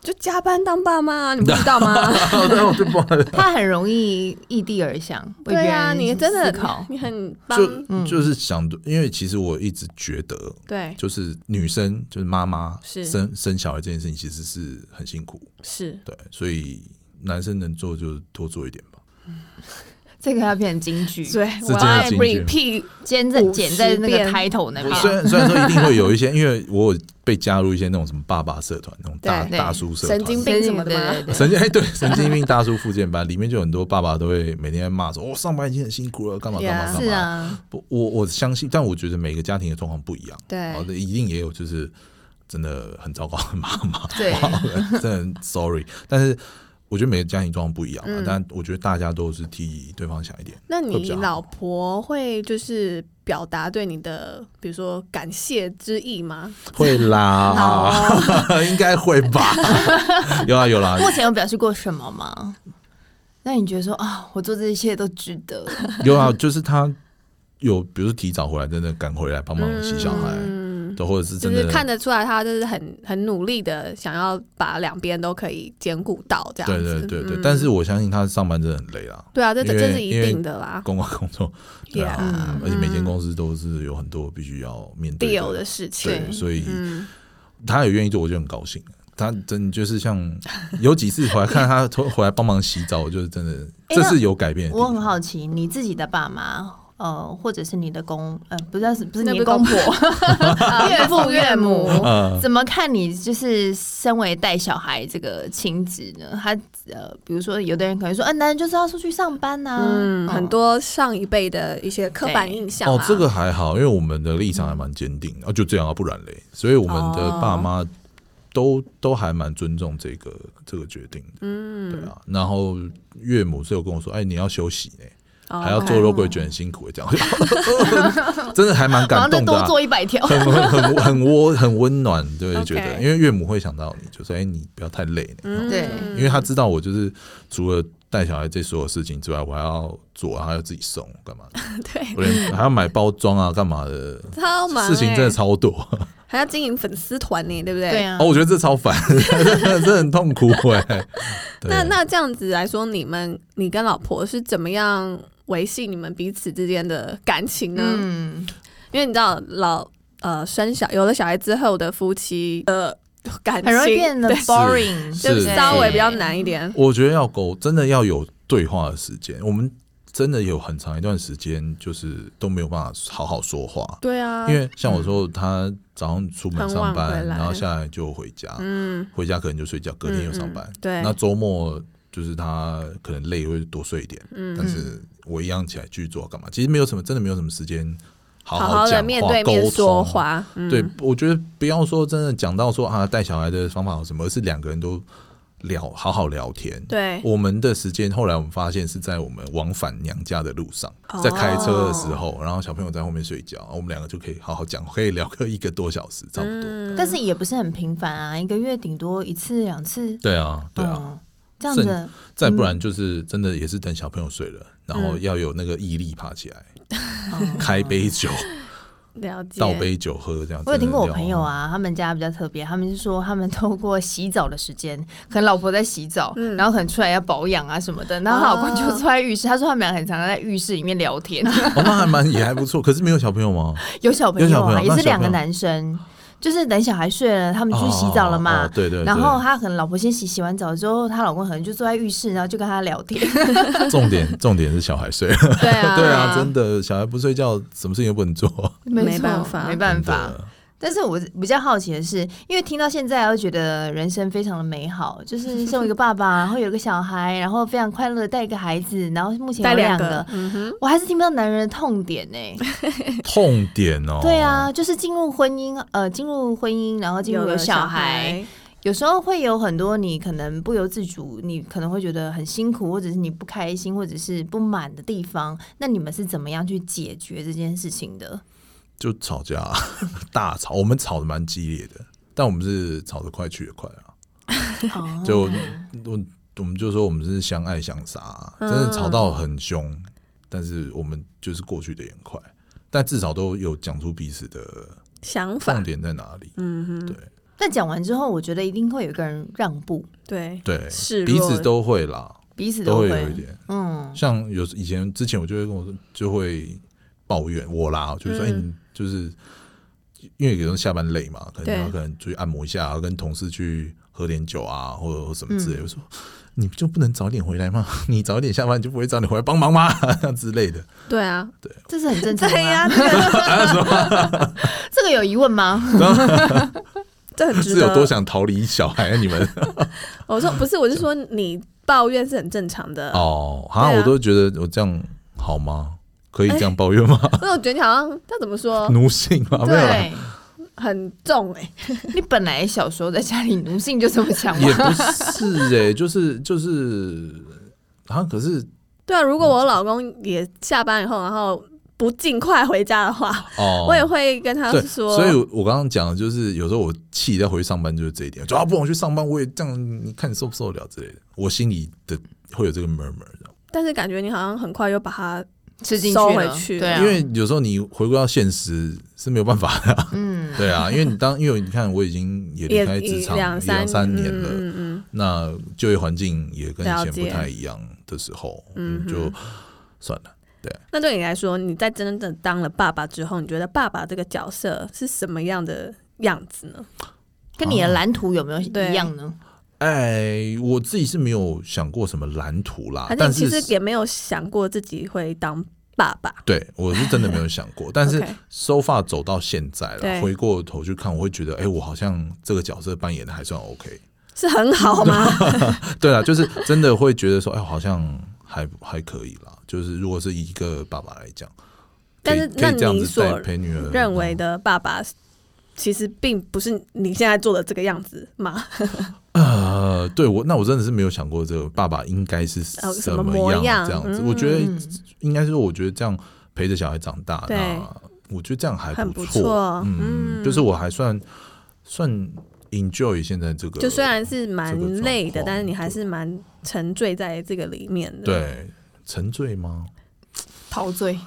S4: 就加班当爸妈，你不知 道吗？
S1: 对，我就不
S2: 他很容易异地而想，为
S4: 对啊，
S2: 别
S4: 你
S2: 人
S4: 真的
S2: 思考，
S4: 你很棒，嗯
S1: 就就是想，因为其实我一直觉得，
S4: 对，
S1: 就是女生，就是妈妈
S4: 是
S1: 生生小孩这件事情，其实是很辛苦，
S4: 是
S1: 对，所以男生能做就多做一点吧。
S2: 这个要变成金句，
S4: 对，我
S1: 真的
S4: 要
S1: 进去
S4: repeat
S2: 剪在
S4: 50
S2: 剪在那个
S4: 遍
S2: 开头那
S1: 我虽
S2: 边，
S1: 然虽然说一定会有一些，因为我有被加入一些那种什么爸爸社团，那种大
S4: 对
S2: 对
S1: 大叔社团，
S4: 神经病什么的
S2: 对对
S4: 吗？
S2: 对
S1: 神经哎 对，神经病大叔复健班里面就有很多爸爸都会每天在骂说，哦，上班已经很辛苦了，干嘛干嘛
S4: Yeah
S1: 干嘛。
S2: 是啊，
S1: 不，我我相信，但我觉得每个家庭的状况不一样，
S4: 对
S1: 好的，一定也有就是真的很糟糕的 妈妈，
S2: 对，
S1: 真的很 sorry，但是我觉得每个家庭状况不一样嘛，啊
S4: 嗯
S1: 但我觉得大家都是替对方想一点。
S4: 那
S1: 会比
S4: 你
S1: 较好
S4: 老婆会就是表达对你的，比如说感谢之意吗？
S1: 会 啦，
S2: 哦
S4: 哦
S1: 应该会吧？有啦有啦，
S2: 目前有表示过什么吗？那你觉得说啊，我做这一切都值得？
S1: 有啦，就是他有，比如说提早回来，真的赶回来帮忙洗小孩，
S4: 嗯，
S1: 对，或者是
S4: 就
S1: 真的
S4: 是看得出来他就是很很努力的想要把两边都可以兼顾到这样
S1: 对
S4: 子。
S1: 对对
S4: 嗯
S1: 对，但是我相信他上班真的很累啦，
S4: 对啊，这这
S1: 因为
S4: 这是一定的啦
S1: 公关工作对啊
S4: Yeah，嗯
S1: 而且每间公司都是有很多必须要面对
S4: ，deal 的事情。
S1: 对，所以
S4: 嗯，
S1: 他也愿意做，我就很高兴。他真的就是像有几次回来看他 回回来帮忙洗澡，我就是真的，
S2: 哎
S1: 这是有改变的地
S2: 我
S1: 方。
S2: 很好奇，你自己的爸妈，呃，或者是你的公，呃，不知道是不是
S4: 那
S2: 你
S4: 不
S2: 的
S4: 是公啊
S2: 公婆、岳父岳母
S4: 岳，
S1: 嗯
S2: 怎么看你就是身为带小孩这个亲子呢？他呃，比如说有的人可能说，嗯、男人就是要出去上班呐、
S4: 嗯，
S2: 嗯
S4: 很多上一辈的一些刻板印象啊
S1: 哦，这个还好，因为我们的立场还蛮坚定的，啊，就这样啊，不然嘞，所以我们的爸妈都、都还蛮尊重这个这个决定的，嗯，对啊。然后岳母是有跟我说，哎，你要休息呢、
S4: 哦
S1: 还要做肉桂卷，很辛苦欸，这样， 真的还蛮
S2: 然后
S1: 感
S2: 再
S1: 动的、
S2: 多
S1: 啊。
S2: 做一百 条。
S1: 很很很很温很温暖，对
S4: OK
S1: 觉得，因为岳母会想到你，就说：“哎、你不要太累。
S4: 嗯
S2: 对
S1: 因为他知道我就是除了带小孩这所有事情之外，我还要做，还要自己送干 嘛的，
S4: 对，
S1: 我连还要买包装啊，干嘛的，
S4: 超忙
S1: 事情真的
S4: 欸
S1: 超 多。
S4: 还要经营粉丝团呢，对不对？
S2: 对啊
S1: 哦，，我觉得这超烦，这很痛苦哎、对 啊
S4: 那那这样子来说，你们你跟老婆是怎么样维系你们彼此之间的感情呢？
S2: 嗯，
S4: 因为你知道老呃生小有了小孩之后的夫妻的感情，
S2: 很容易变得
S4: 对
S2: boring，
S1: 是
S4: 就是稍微
S1: 是
S4: 比较难一点。
S1: 我觉得要沟，真的要有对话的时间。我们真的有很长一段时间，就是都没有办法好好说话。
S4: 对啊，
S1: 因为像我说，他早上出门上
S4: 很晚回
S1: 班，
S4: 来
S1: 然后下来就回家，
S4: 嗯，
S1: 回家可能就睡觉，隔天又上班。
S4: 嗯嗯对
S1: 那周末就是他可能累会多睡一点，
S4: 嗯
S1: 但是我一样起来继续做干嘛？其实没有什么，真的没有什么时间好
S4: 好好
S1: 讲
S4: 的
S1: 话、
S4: 面对面
S1: 沟
S4: 说
S1: 通。
S4: 话，嗯，
S1: 对，我觉得不要说真的讲到说啊带小孩的方法有什么，而是两个人都聊好好聊天。
S4: 对，
S1: 我们的时间后来我们发现是在我们往返娘家的路上
S4: 哦，
S1: 在开车的时候，然后小朋友在后面睡觉，我们两个就可以好好讲，可以聊个一个多小时差不多。
S2: 但是也不是很频繁啊，一个月顶多一次两次。
S1: 对啊，对啊，
S2: 嗯，这样子
S1: 甚再不然就是真的也是等小朋友睡了，然后
S2: 嗯
S1: 要有那个毅力爬起来，
S2: 哦
S1: 开杯 酒，
S4: 了解，
S1: 倒杯酒喝这样。
S2: 我有听过我
S1: 真的要
S2: 朋友，啊，他们家比较特别，他们是说他们 透过洗澡的时间，可能老婆在洗澡，
S1: 嗯
S2: 然后可能出来要保养啊什么的，然后她老公就坐在浴室，他说他们俩很常在浴室里面 聊天，
S1: 哦，那还蛮也还不错，可是没有小朋友吗？
S2: 有小朋
S1: 有
S2: 友
S1: 小朋友
S2: 啊，也
S1: 那
S2: 是
S1: 小
S2: 两个
S1: 朋友
S2: 男生。就是等小孩睡了，他们去洗澡了
S1: 哦
S2: 嘛，
S1: 哦哦对对对
S2: 然后她可能老婆先洗，洗完澡之后，她老公可能就坐在浴室，然后就跟她聊天。
S1: 重点重点是小孩 睡，
S4: 对 啊，
S1: 对啊，真的小孩不睡觉，什么事情都不能做。
S4: 没办法
S2: 没办
S1: 真
S2: 法
S1: 的。
S2: 但是我比较好奇的是，因为听到现在，我会觉得人生非常的美好，就是身为一个爸爸，然后有一个小孩，然后非常快乐的带一个孩子，然后目前
S4: 带
S2: 有
S4: 两
S2: 两
S4: 个嗯
S2: 个，，嗯我还是听不到男人的痛点呢、
S1: 痛点哦，
S2: 对啊，就是进入婚姻，呃，进入婚姻，然后进入
S4: 有了
S2: 小孩，，有时候会有很多你可能不由自主，你可能会觉得很辛苦，或者是你不开心，或者是不满的地方。那你们是怎么样去解决这件事情的？
S1: 就吵架 啊，大吵，我们吵的蛮激烈的，但我们是吵得快去得快啊， 就
S2: 嗯
S1: 我我们就说我们是相爱相杀啊，
S2: 嗯
S1: 真的吵到很凶，但是我们就是过去的也很快，但至少都有讲出彼此的
S4: 想
S1: 重
S4: 法，
S1: 点在哪里，
S4: 嗯哼，
S1: 对
S2: 那讲完之后，我觉得一定会有一个人让步，
S4: 对，
S1: 对
S4: 示，
S1: 彼
S4: 弱
S1: 此都会啦，
S2: 彼此
S1: 都
S2: 会。
S1: 会有一点，
S2: 嗯，
S1: 像有以前之前我就会跟我就会抱怨我啦，就是说，哎、
S4: 嗯
S1: 你就是因为有时候下班累嘛，可
S4: 对
S1: 能他可能出去按摩一下，然后跟同事去喝点酒啊，或者或什么之类
S4: 嗯
S1: 的。我说，你就不能早点回来吗？ 你早点下班，你就不会早点回来帮忙吗？ 之类的。
S4: 对啊，
S2: 这是很正常、啊。
S4: 对呀，这个
S2: 这个有疑问吗？
S4: 这很值
S1: 是有多
S4: 得。
S1: 想逃离小孩啊？你 们
S4: 我说不是，我是说你抱怨是很正常的，
S1: 哦，好像
S4: 对啊
S1: 我都觉得我这样好吗？可以这样抱怨吗？
S4: 因为我觉得你好像他怎么说
S1: 奴性
S4: 哦
S1: 吗？哦没有啦，
S2: 对，
S4: 很重哎，
S2: 你本来小时候在家里奴性就这么强吗？
S1: 也不是哎、就是就是，啊，可是
S4: 对啊，如
S1: 嗯
S4: 果我老公也下班以后，然后不尽快回家的话，
S1: 哦，
S4: 我也会跟他
S1: 对，
S4: 说，
S1: 所以我刚刚讲的就是，有时候我气在回去上班就是这一点，就啊，不然我去上班，我也这样，你看你受不受得了之类的，我心里的会有这个 murmur，这样
S4: 但是感觉你好像很快又把他
S2: 吃进去
S4: 收
S2: 了，
S4: 回去
S2: 对啊，
S1: 因为有时候你回归到现实是没有办法的、
S2: 嗯，
S1: 对啊，因为你当因为你看我已经也离
S4: 也
S1: 开职场
S4: 两
S1: 三
S4: 三
S1: 年了，
S4: 嗯嗯
S1: 那就业环境也跟以
S4: 了
S1: 前
S4: 解
S1: 不太一样的时候，
S4: 嗯
S1: 嗯，
S4: 哼
S1: 就算了。
S4: 嗯。那对你来说，你在真正当了爸爸之后，你觉得爸爸这个角色是什么样的样子呢？
S2: 跟你的蓝图有没有
S4: 对
S2: 一样呢？
S1: 哎，我自己是没有想过什么蓝图啦
S4: 还，是
S1: 啊但
S4: 你
S1: 是
S4: 其实也没有想过自己会当爸爸？
S1: 对，我是真的没有想 过，但是
S4: OK
S1: so far 走到现在
S4: 对
S1: 了，回过头去看，我会觉得，哎、我好像这个角色扮演的还算 OK。
S4: 是很好吗？
S1: 对啊，就是真的会觉得说，哎、好像还还可以啦。就是如果是以一个爸爸来讲，
S4: 但是
S1: 可以可
S4: 那
S1: 以这样
S4: 你
S1: 子带
S4: 所
S1: 陪女儿，
S4: 认为的爸爸，其实并不是你现在做的这个样子吗？
S1: 呃，对我，那我真的是没有想过这个爸爸应该是
S4: 哦什
S1: 什
S4: 么
S1: 么
S4: 模样
S1: 样这样子。
S4: 嗯
S1: 我觉得
S2: 嗯
S1: 应该是，我觉得这样陪着小孩长大，
S4: 对
S1: 那我觉得这样还
S4: 很不
S1: 不
S4: 错
S1: 嗯，
S4: 嗯
S1: 就是我还算算 enjoy 现在这个，
S4: 就虽然是蛮
S1: 这个状
S4: 累的，
S1: 况
S4: 但是你还是蛮沉醉在这个里面的。，
S1: 对沉醉吗？
S2: 陶醉，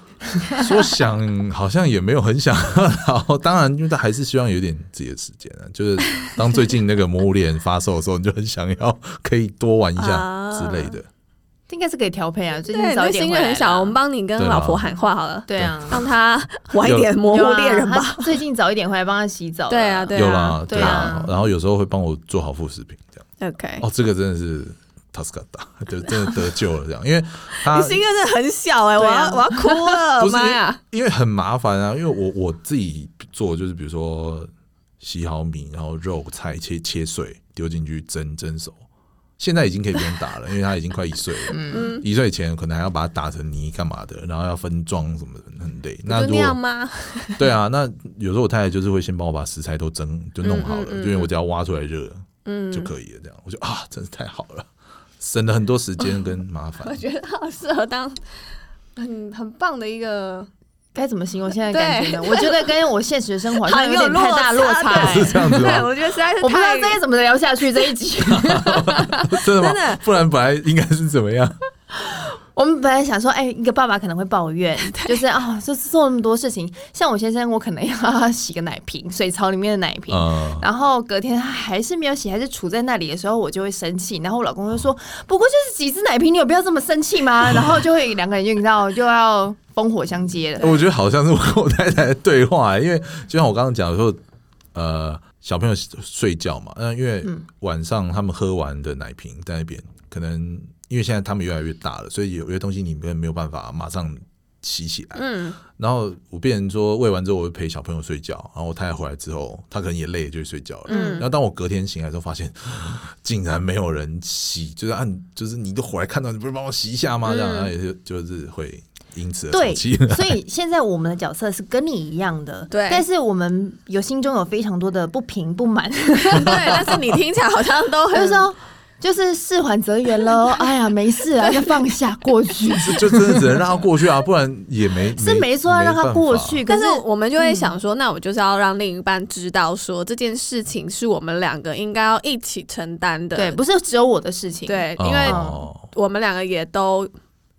S1: 说想好像也没有很想， 然后当然就是还是希望有点自己的时间啊。就是当最近那个《魔物猎人》发售的时候，你就很想要可以多玩一下
S4: 啊
S1: 之类的。
S2: 应该是可以调配啊。最近
S4: 对，你
S2: 早
S4: 的
S2: 一点
S4: 心
S2: 回
S4: 愿
S2: 来
S4: 很小，我
S2: 啦
S4: 们帮你跟
S1: 对啊
S4: 老婆喊话好 了，
S2: 对啊，
S4: 让她晚一点魔
S2: 有
S4: 物
S2: 啊
S4: 猎人吧。，
S2: 他最近早一点回来帮他洗澡啦。
S4: 对啊，对
S1: 有
S4: 啊哎
S1: 啦，，
S2: 对啊
S1: 啊。然后有时候会帮我做好副食品，这样。
S4: OK，
S1: 哦，这个真的是 t a s c a 大， 就真的得救了这样，因为他
S4: 你心愿真的很小哎，我
S2: 对
S4: 要
S2: 啊
S4: 我要哭了，
S1: 哦 不是
S4: 妈呀！
S1: 因为很麻烦啊，因为我我自己做就是比如说洗好米，然后肉菜切切碎丢进去蒸蒸熟。现在已经可以不用打了，因为它已经快一岁了。
S4: 嗯，
S1: 一岁前可能还要把它打成泥干嘛的，然后要分装什么的，很累。那
S4: 就
S1: 如
S4: 那样
S1: 果
S4: 吗？
S1: 对啊，那有时候我太太就是会先帮我把食材都蒸就弄好了，
S4: 嗯嗯嗯
S1: 就因为我只要挖出来热
S4: 嗯
S1: 就，可以了。这样我就啊，真是太好了，省了很多时间跟麻 烦。
S4: 我觉得好适合当很很棒的一个
S2: 该怎么形容现在的感觉呢？
S4: 对
S2: 我觉得跟我现实生活好
S4: 好
S2: 像有点太大落差
S4: 有落差
S2: 欸
S1: 是。这样子
S4: 对，
S1: 吗？
S4: 我觉得实在是
S2: 我不知道
S4: 太
S2: 这该怎么聊下去这一集。
S1: 真的吗？
S4: 真的
S1: 不然本来应该是怎么样？
S2: 我们本来想说，哎、一个爸爸可能会抱怨，就是啊，就是做那么多事情。像我先生，我可能要洗个奶瓶，水槽里面的奶瓶。
S1: 嗯，
S2: 然后隔天他还是没有洗，还是杵在那里的时候，我就会生气。然后我老公就说：“不过就是几只奶瓶，你有必要这么生气吗？”然后就会两个人就你知道又要烽火相接了。
S1: 我觉得好像是我跟我太太的对话、因为就像我刚刚讲的说，呃，小朋友睡觉嘛，那因为
S4: 嗯
S1: 晚上他们喝完的奶瓶在那边，可能因为现在他们越来越大了，所以有些东西你们没有办法马上洗起来。
S4: 嗯，
S1: 然后我变成说喂完之后，我会陪小朋友睡觉，然后我太太回来之后，她可能也累，就去睡觉了。
S4: 嗯
S1: 然后当我隔天醒来之后，发现竟然没有人洗，就是按就是你都回来看到，你不是帮我洗一下吗？这
S4: 嗯
S1: 样，然后也就就是会因此而
S2: 对
S1: 生气。
S2: 所以现在我们的角色是跟你一样的，
S4: 对
S2: 但是我们有心中有非常多的不平不满，
S4: 对，但是你听起来好像都
S2: 就
S4: 很
S2: 是说就是事缓则圆喽，哎呀，没事啊，就放下过去。
S1: 就真的只能让它过去啊，不然也没
S2: 是没错，啊让它过。去，可
S4: 但
S2: 是嗯
S4: 是我们就会想说，那我就是要让另一半知道，说这件事情是我们两个应该要一起承担的。
S2: 对，不是只有我的事情，，
S4: 对，
S1: 没
S4: 因
S1: 办
S4: 为
S1: 法哦
S4: 我们两个也都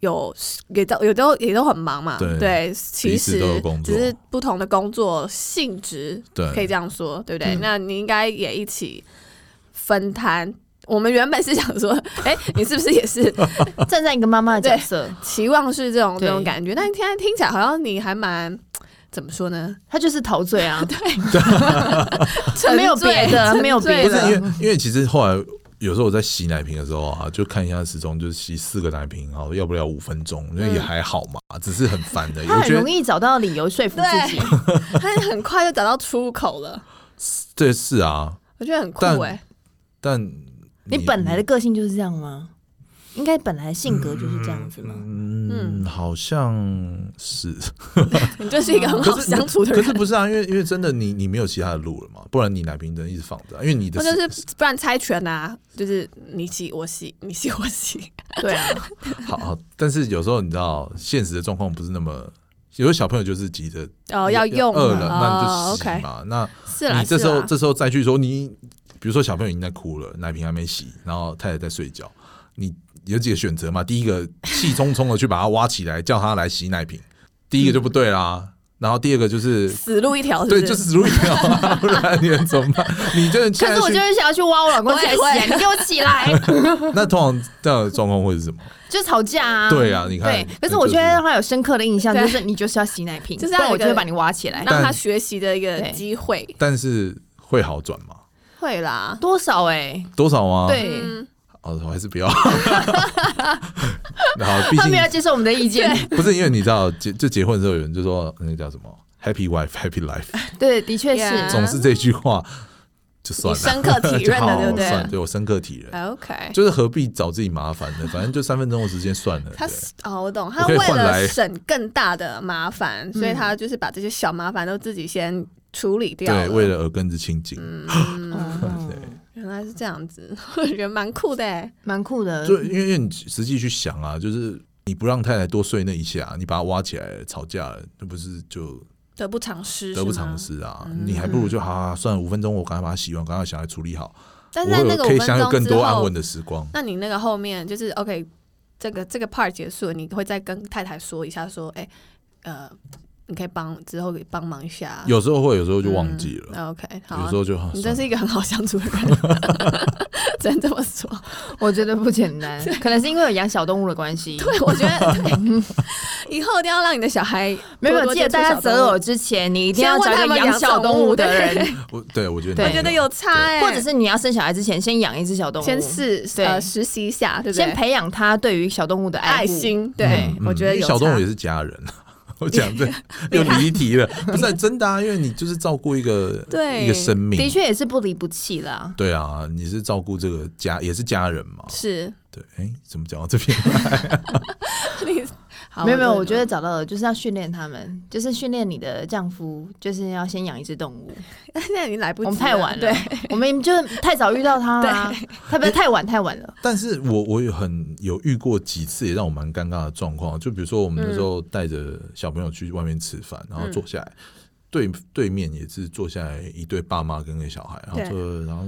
S4: 有，也都也都也都很忙嘛。
S1: 对
S4: 其
S1: 彼此
S4: 实
S1: 都有工作
S4: 只是不同的工作性质，
S1: 对
S4: 可以这样说，对不对？
S2: 嗯
S4: 那你应该也一起分摊。我们原本是想说， 哎、你是不是也是
S2: 站在一个妈妈的角色，
S4: 期望是这 种
S2: 对
S4: 这种感觉？但现在听起来好像你还蛮怎么说呢？
S2: 她就是陶醉啊，
S4: 沉
S2: 没有
S4: 醉
S2: 别的
S4: 沉
S2: 没有
S4: 醉
S2: 别
S1: 不是
S2: 的
S4: 了
S1: 因为因为其实后来有时候我在洗奶瓶的时候啊，就看一下时钟，就是洗四个奶瓶，然后要不了五分钟，那也还好嘛，只是很烦 的。
S2: 她
S1: 我
S2: 嗯很
S1: 觉
S2: 容
S1: 得
S2: 易找到理由说服自己。
S4: 他很快就找到出口了，
S1: 这是啊，
S4: 我觉得很酷
S1: 但
S4: 哎、
S1: 但
S2: 你本来的个性就是这样吗？应该本来性格就是这样子吗？
S1: 嗯，好像 是，
S4: 你就是一个很好
S1: 可是
S4: 相处的
S1: 可
S4: 人
S1: 是。不是啊？因为因为真的你你没有其他的路了嘛，不然你奶瓶能一直放着啊，因为你的
S4: 或者是不然猜拳啊，就是你洗我洗， 你洗 我洗，
S2: 对啊，
S1: 好好，但是有时候你知道现实的状况不是那么。有的小朋友就是急着
S4: 哦，要用
S1: 饿了，那
S4: 哦
S1: 你就洗
S4: ，OK，
S1: 嘛。那
S4: 是啦，
S1: 你这时候
S4: 是啦啊
S1: 这时候再去说你，比如说小朋友已经在哭了，奶瓶还没洗，然后太太在睡觉，你有几个选择嘛？第一个气冲冲的去把他挖起来，叫他来洗奶瓶，第一个就不对啦。然后第二个就是。
S4: 死路一条，
S1: 对，
S4: 不
S1: 就是死路一条啊，不然你能怎么办？你这
S2: 可是我就是想要去挖我老公起来洗
S4: 我
S2: 啊，
S4: 也会
S2: 你给我起 来，
S1: 那通常这样的状况会是什么？
S2: 就吵架啊。
S1: 对啊你看
S2: 对。
S1: 就
S2: 可
S1: 是
S2: 是我觉得让他有深刻的印象，
S4: 对
S2: 就是你就是要洗奶瓶，
S4: 就是
S2: 不
S4: 要
S2: 然
S4: 有
S2: 我
S4: 一个
S2: 就会把你挖起来。
S4: 让他
S1: 但
S4: 学习的一个
S2: 对
S4: 机会，
S1: 但是会好转吗？
S4: 会啦，
S2: 多少哎？
S1: 多少吗？，
S2: 对，
S4: 嗯，
S1: 哦，我还是不要。 好，毕
S2: 他
S1: 竟
S2: 没有接受我们的 意见。
S1: 不是因为你知道结就结婚的时候有人就说那个叫什么 “happy wife happy life”，
S4: 啊
S2: 对，的确
S4: Yeah
S2: 是。
S1: 总是这句话就算
S4: 你
S1: 了，
S4: 深刻 体认的，
S1: 好
S4: 对不
S1: 算
S4: 对
S1: 对我深刻体认，
S4: 啊？OK，
S1: 就是何必找自己麻烦呢？反正就三分钟的时间算了。
S4: 他
S1: 对
S4: 哦，我懂，他
S1: 可以
S4: 为
S1: 换来嗯
S4: 了省更大的麻烦，所以他就是把这些小麻烦都自己先处理掉嗯
S1: 对，为了耳根子清净，
S2: 哦
S4: 原来是这样子， 我觉得蛮酷的欸，
S2: 蛮酷的，
S1: 就因为因为你实际去想啊，就是你不让太太多睡那一下，你把她挖起来了吵架了，那不是就
S4: 得不偿失，
S1: 得不偿
S4: 是吗。
S1: 失啊？
S4: 嗯
S1: 你还不如就好好好算了，五分钟我赶快把它洗完，赶快想来处理好，
S4: 但是
S1: 我
S4: 在
S1: 会有
S4: 那个五
S1: 可以
S4: 分
S1: 享有
S4: 钟
S1: 更
S4: 之
S1: 多安
S4: 后
S1: 稳，的时光。
S4: 那你那个后面就是 OK，这个这个 part 结束了，你会再跟太太说一下，说，哎、呃，你可以帮之后给帮忙一下，啊
S1: 有时候会，有时候就忘记了，
S4: 嗯 OK，好
S1: 有
S4: 啊
S1: 时。候就啊
S4: 你
S1: 算
S4: 真
S1: 了
S4: 是一个很好相处的 人，只能这么说。
S2: 我觉得不简 单，可能是因为有养小动物的关系。
S4: 对，我觉 得对，以后一定要让你的小孩
S2: 没
S4: 多
S2: 有，
S4: 多
S2: 记
S4: 接
S2: 得
S4: 触
S2: 大家
S4: 小
S2: 择
S4: 动物
S2: 偶之前，你一定要
S4: 先
S2: 找
S4: 问
S2: 一
S4: 他
S2: 个
S4: 们
S2: 养
S4: 养
S2: 小
S4: 小
S2: 动
S4: 动
S2: 物
S4: 物
S2: 的
S4: 对
S2: 人，
S1: 我对我觉得
S2: 对
S1: 没
S4: 我觉得有差哎、
S2: 或者是你要生小孩之前，先养一只小动物，
S4: 先试
S2: 对
S4: 呃实习一下，对不对？
S2: 先培养他对于小动物的爱
S4: 爱
S2: 护。
S4: 心，对、
S1: 嗯
S4: 我觉得
S1: 因
S4: 有
S1: 为小动物
S4: 差
S1: 也是家人。啊 我讲 这又离题了，不是真的啊，因为你就是照顾一个
S4: 对
S1: 一个生命，
S2: 的确也是不离不弃啦。
S1: 对啊，你是照顾这个家，也是家人嘛。
S4: 是
S1: 对，哎，怎么讲到这边？
S4: 你好
S2: 没有没有，
S4: 懂
S2: 我觉
S4: 了
S2: 得找到了就是要训练他们，就是训练你的丈夫，就是要先养一只动物。
S4: 但 现在已经来不及
S2: 我
S4: 了，
S2: 们太晚了，
S4: 对，
S2: 我们就是太早遇到他啦，他不是太晚太晚了。
S1: 但是我我有很有遇过几次也让我蛮尴尬的状况，就比如说我们
S2: 嗯
S1: 那时候带着小朋友去外面吃饭，然后坐下来，对对面也是坐下来一对爸妈跟一个小孩，然后
S4: 对
S1: 就然后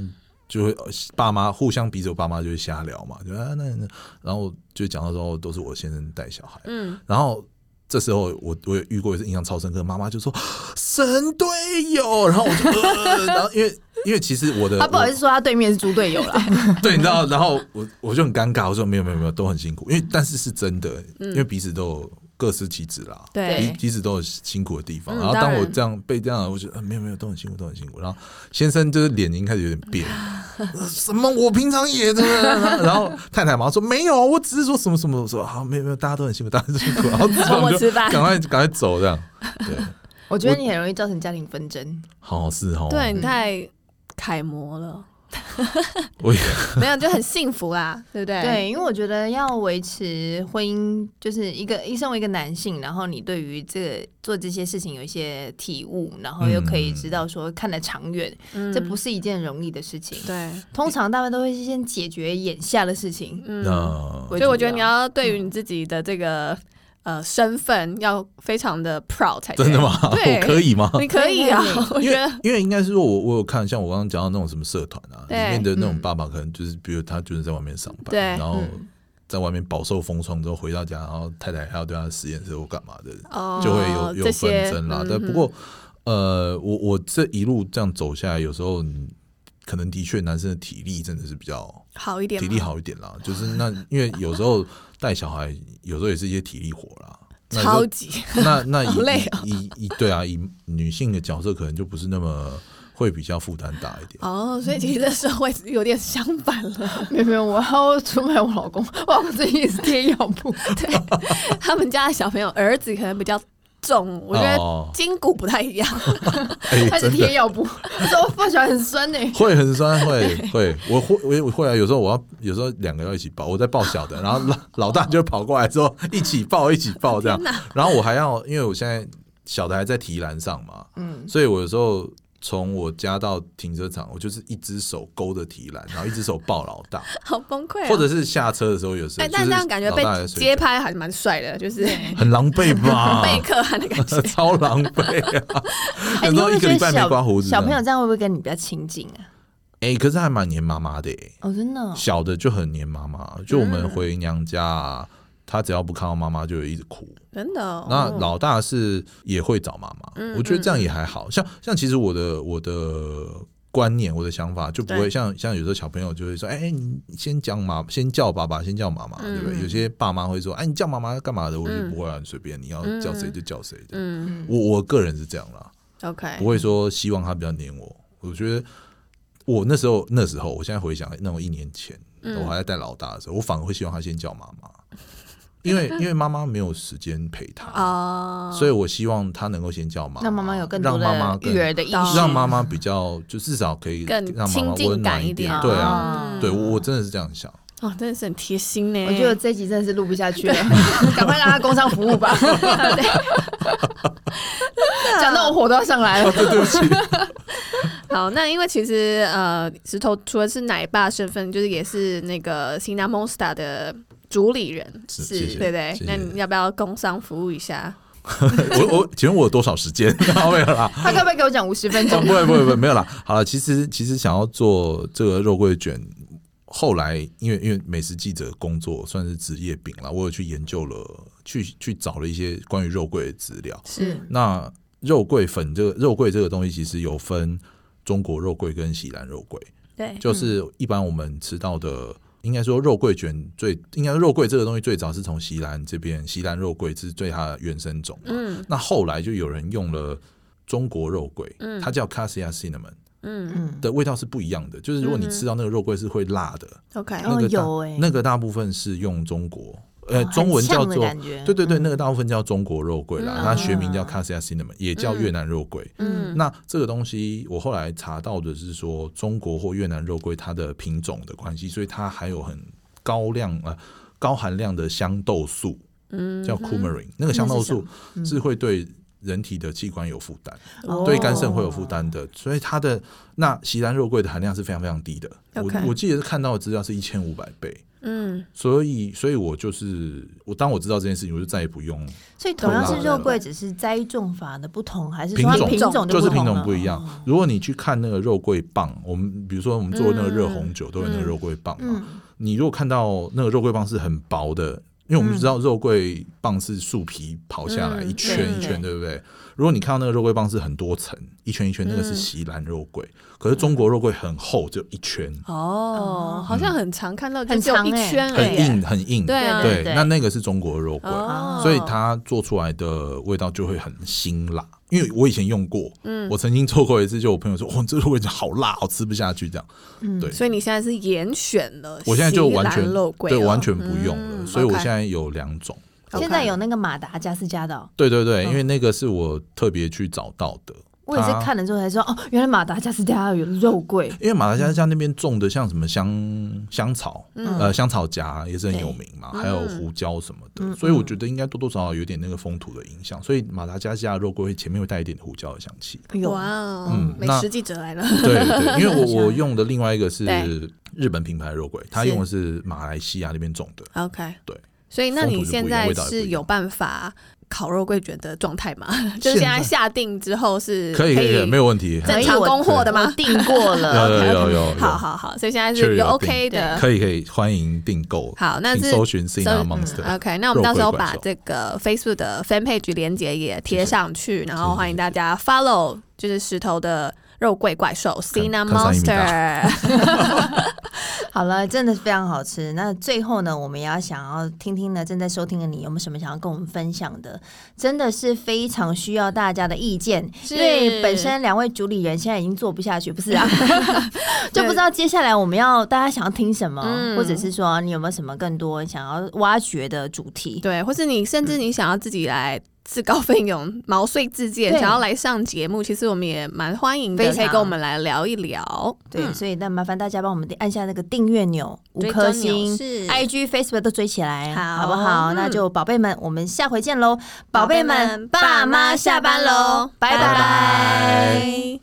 S1: 就会呃爸妈互相彼此爸妈就会瞎聊嘛，就啊那那，然后就讲到时候都是我先生带小孩，
S4: 嗯，
S1: 然后。这时候我我也遇过一次印象超深刻，妈妈就说神队友，然后我就、呃， 然后因为因为其实我的
S2: 啊他不好
S1: 我
S2: 意思说他对面是猪队友啦，
S1: 对，你知道，然后我我就很尴尬，我说没有没有没有，都很辛苦，因为但是是真的，因为彼此都有各司其职啦，
S4: 嗯对
S1: 彼彼此都有辛苦的地方。
S4: 嗯
S1: 然后当
S4: 当
S1: 我呃
S4: 然
S1: 这样被这样，我觉得、啊没有没有都很辛苦，都很辛苦。然后先生就是脸已经开始有点变，呃什么我平常也的， 然后太太马上说没有，我只是说什么什么，我说好没有没有，大家都很辛苦，大家都辛 苦，然后之后我
S4: 我
S1: 们
S4: 吃
S1: 就
S4: 饭
S1: 赶快赶快走这样，对，
S2: 我觉得你很容易造成家庭纷争。
S1: 好是哦，
S4: 对你太楷模了，
S1: 我也
S4: 没有就很幸福啦，对不对？
S2: 对，因为我觉得要维持婚姻，就是一个一身为一个男性，然后你对于这个做这些事情有一些体悟，然后又可以知道说看得长远，
S4: 嗯，
S2: 这不是一件容易的事情。
S4: 对，
S2: 通常大家都会先解决眼下的事情。
S4: 嗯，
S1: 那
S4: 所以我觉得你要对
S2: 嗯
S4: 于你自己的这个呃身份要非常的 proud 才对
S1: 真的？吗？
S4: 对
S1: 我可以吗？
S4: 你可以啊
S2: 对对，
S4: 我
S1: 因
S4: 觉
S1: 为
S4: 得
S1: 因为应该是说我我有看，像我刚刚讲到那种什么社团啊，里
S4: 对
S1: 面的那种
S2: 嗯
S1: 爸爸可能就是，比如他就是在外面上班，
S4: 对
S1: 然后
S2: 嗯
S1: 在外面饱受风霜之后回到家，然后太太还要对他的实验室或干嘛的，
S4: 哦
S1: 就会有
S4: 这
S1: 有
S4: 些
S1: 纷争啦。
S4: 嗯
S1: 但不过呃，我我这一路这样走下来，有时候你可能的确男生的体力真的是比较
S4: 好一点，
S1: 体力，好一点啦，就是那因为有时候带小孩，有时候也是一些体力活啦。那有时候
S4: 超级
S1: 那那
S4: 好累哦
S1: 以以以对啊，以女性的角色可能就不是那么会比较负担大一 点。
S4: 哦，所以其实这社会有点相反了，
S2: 没有没有，我要出卖我老公，我老公最近也是贴药 布。
S4: 他们家的小朋友儿子可能比较重，我觉得
S1: 哦，
S4: 筋骨不太一样，
S1: 哎、
S2: 他是
S1: 真
S2: 贴
S1: 的
S2: 药布，他说我放小孩很酸呢、
S1: 会很酸，会会，我会我也会啊。有时候我要，有时候两个要一起抱，我在抱小的，然后老老大就跑过来说一起抱，一起抱这样。然后我还要，因为我现在小的还在提篮上嘛，
S2: 嗯，
S1: 所以我有时候从我家到停车场，我就是一只手勾着提篮，然后一只手抱老大，
S4: 好崩溃啊。
S1: 或者是下车的时候有时候，
S4: 哎，但
S1: 就
S4: 这
S1: 是
S4: 样感觉
S1: 老
S4: 被
S1: 大还在睡
S4: 街
S1: 觉
S4: 拍还蛮帅的，就是
S1: 很狼狈吧？。
S4: 被可汗的 感觉
S1: 超狼狈啊！
S2: 哎、
S1: 等
S2: 你
S1: 到
S2: 会
S1: 一
S2: 不
S1: 个礼
S2: 会
S1: 拜
S2: 觉得
S1: 没刮胡
S2: 小
S1: 子，
S2: 小朋友这样会不会跟你比较亲近啊？
S1: 哎、可是还蛮黏妈妈的、欸，
S2: 哦，真的哦、
S1: 小的就很黏妈妈。就我们回娘家、啊，他只要不看到妈妈，就会一直哭。
S4: 真的哦、
S1: 那老大是也会找妈妈，
S4: 嗯
S1: 我觉得这样也还好像像其实我的我的观念我的想法就不
S4: 对
S1: 会像像有时候小朋友就会说，哎、你先讲妈，先叫爸爸，先叫妈妈，
S4: 嗯
S1: 对不对？有些爸妈会说，哎、你叫妈妈干嘛的？我就不会啊，你随便，你要叫谁就叫谁的。
S4: 嗯
S2: 嗯，
S1: 我我个人是这样啦，
S4: ，OK，
S1: 不会说希望他比较黏我。我觉得我那时候那时候，我现在回想那种一年前，
S4: 嗯
S1: 我还在带老大的时候，我反而会希望他先叫妈妈，因为因为妈妈没有时间陪他
S4: 啊、
S1: 所以我希望他能够先叫妈，
S2: 让妈妈有更多
S1: 让妈妈
S2: 的
S1: 更
S2: 育儿的意
S4: 懂
S2: 识，
S1: 让妈妈比较就至少可以
S4: 更
S1: 让妈
S4: 亲
S1: 妈
S4: 近
S1: 温
S4: 感
S1: 暖
S4: 一
S1: 点
S4: 点，
S1: 对啊，
S4: 嗯
S1: 对我我真的是这样想。
S4: 哦，真的是很贴心呢。
S2: 我觉得这集真的是录不下去了， 赶快让他工商服务 吧。讲到我火都要上来了，
S1: 对对不起，
S4: 好，那因为其实呃，石头除了是奶爸身份，就是也是那个新南 Monster 的主理人，
S1: 是谢谢
S4: 对不对
S1: 谢谢
S4: 那你要不要工商服务一下？
S1: 我我请问我有多少时间？ 没有啦，
S2: 他该不会给我讲五十分
S1: 哦
S2: 钟
S1: 不？会不会不会没有啦。好了，其实其实想要做这个肉桂卷，后来因为因为美食记者工作算是职业病啦，我有去研究了，去去找了一些关于肉桂的资料。
S4: 是
S1: 那肉桂粉这个肉桂这个东西，其实有分中国肉桂跟喜兰肉桂。
S4: 对，
S1: 就是一般我们吃到的，应该说肉桂卷最，应该说肉桂这个东西最早是从西兰这边，西兰肉桂是最它的原生种嘛。
S4: 嗯
S1: 那后来就有人用了中国肉桂，
S4: 嗯
S1: 它叫 Cassia cinnamon
S4: 嗯
S2: 嗯，
S1: 的味道是不一样的，就是如果你
S4: 嗯哼
S1: 吃到那个肉桂是会辣的，
S4: ，OK，
S2: 哦
S1: 那个大、
S2: 有欸哦
S1: 那个大部分是用中国，呃，
S2: 很
S1: 中文叫
S2: 呛的
S1: 做
S2: 感觉
S1: 对对对，
S2: 嗯
S1: 那个大部分叫中国肉桂啦，
S4: 嗯
S1: 它学名叫 Cassia cinnamon，也叫越南肉桂。
S4: 嗯，
S1: 那这个东西，我后来查到的是说，中国或越南肉桂它的品种的关系，所以它含有很高量呃高含量的香豆素，
S4: 嗯
S1: 叫 coumarin、那个香豆素
S2: 那是什么嗯
S1: 是会对人体的器官有负担，
S4: 嗯
S2: 哦
S1: 对肝肾会有负担的，所以它的那席兰肉桂的含量是非常非常低的。
S4: OK
S1: 我我记得是看到的资料是一千五百倍。
S4: 嗯，
S1: 所以，所以我就是我，当我知道这件事情，我就再也不用
S2: 所以同样是肉桂，只是栽种法的不同，还是说
S1: 品
S2: 它
S1: 种
S2: 品种
S1: 就是品种
S2: 哦不
S1: 不
S2: 同
S1: 一
S2: 了
S1: 样。如果你去看那个肉桂棒，我们比如说我们做那个热红酒都有那个肉桂棒嘛，
S2: 嗯
S1: 你如果看到那个肉桂棒是很薄的，因为我们知道肉桂棒是树皮刨下来
S4: 嗯
S1: 一圈一圈，对不对？如果你看到那个肉桂棒是很多层，一圈一圈，那个是席兰肉桂，可是中国肉桂很厚，只有一圈，
S4: 哦，好像很常看到，就
S2: 很
S4: 只有
S2: 长
S4: 一
S2: 欸
S4: 圈而
S1: 很
S4: 已，
S1: 硬很硬，
S4: 对啊，
S1: 对
S2: 对，
S1: 那那个是中国肉桂，
S4: 哦，
S1: 所以它做出来的味道就会很辛辣。因为我以前用过，嗯，我曾经做过一次，就我朋友说，哦，这个味道好辣，我吃不下去这样。对，
S4: 嗯所以你现在是严选了，
S1: 我现在就完全
S4: 西兰肉桂
S1: 对
S4: 了
S1: 完全不用了，
S4: 哦嗯
S1: 所以我
S4: OK
S1: 现在有两种。
S2: 现在有那个马达加斯加的哦、
S1: 对对对，
S4: 嗯
S1: 因为那个是我特别去找到的。
S2: 我也是
S1: 它
S2: 看了之后才知道，哦，原来马达加斯加有肉桂，
S1: 因为马来西亚那边种的像什么香香草，
S4: 嗯
S1: 呃，香草荚也是很有名嘛，还有胡椒什么
S4: 嗯
S1: 的，所以我觉得应该多多少少有点那个风土的影响，所以马达加斯加的肉桂会前面会带一点胡椒的香气。
S2: 有
S4: 哇哦
S1: 嗯，
S4: 美
S1: 那
S4: 食记者来 了，
S1: 对对，因为我我用的另外一个是
S4: 对
S1: 日本品牌的肉桂，它
S4: 是
S1: 用的是马来西亚那边种的。
S4: OK，
S1: 对。
S4: 所以，那
S1: 风
S4: 你
S1: 土就
S4: 现
S1: 不一样
S4: 在
S1: 味道也不
S4: 是
S1: 一
S4: 有
S1: 样
S4: 办法烤肉桂卷的状态吗？就是
S1: 现
S4: 现在
S1: 在
S4: 下定之后是
S1: 可以可以可以，没有问题。
S4: 正常供货的吗？
S2: 订过
S1: 有
S2: 了，
S1: 有
S4: OK，OK
S1: 有有，
S4: 好好好，所以现在
S1: 确实
S4: 是有
S1: 有
S4: OK 的。
S1: 可以可以，欢迎订购。
S4: 好，那
S1: 请
S4: 是
S1: 搜寻 c i n a
S4: 搜
S1: Monster。
S4: OK，那我们到时候把
S1: 肉
S4: 这个 Facebook 的 Fan Page 连接也贴上去，然后欢迎大家 follow，就是石头的肉桂怪兽 Cina
S1: 看上一米
S4: Monster。
S2: 好了，真的非常好吃。那最后呢，我们也要想要听听呢，正在收听的你有没有什么想要跟我们分享的？真的是非常需要大家的意见，
S4: 是
S2: 因为本身两位主理人现在已经做不下去，不 是啊？就不知道接下来我们要大家想要听什么，
S4: 嗯
S2: 或者是说你有没有什么更多想要挖掘的主题？
S4: 对，或是你甚至你想要自己来。自告奋勇、毛遂自荐，
S2: 对
S4: 想要来上节目，其实我们也蛮欢迎的，
S2: 非
S4: 可以
S2: 常
S4: 跟我们来聊一聊。
S2: 对，
S4: 嗯
S2: 所以那麻烦大家帮我们按下那个订阅钮，五
S4: 追踪
S2: 颗
S4: 钮
S2: 星
S4: 是
S2: ，IG、Facebook 都追起来，
S4: 好
S2: 不
S4: 嗯
S2: 好？那就宝贝们，我们下回见喽！宝
S4: 宝
S2: 贝
S4: 贝
S2: 们
S4: 们，，
S2: 爸
S4: 爸
S2: 妈
S4: 妈
S2: 下
S4: 下班
S2: 班喽
S4: 喽，，
S2: 拜
S4: 拜
S2: 拜
S4: 拜。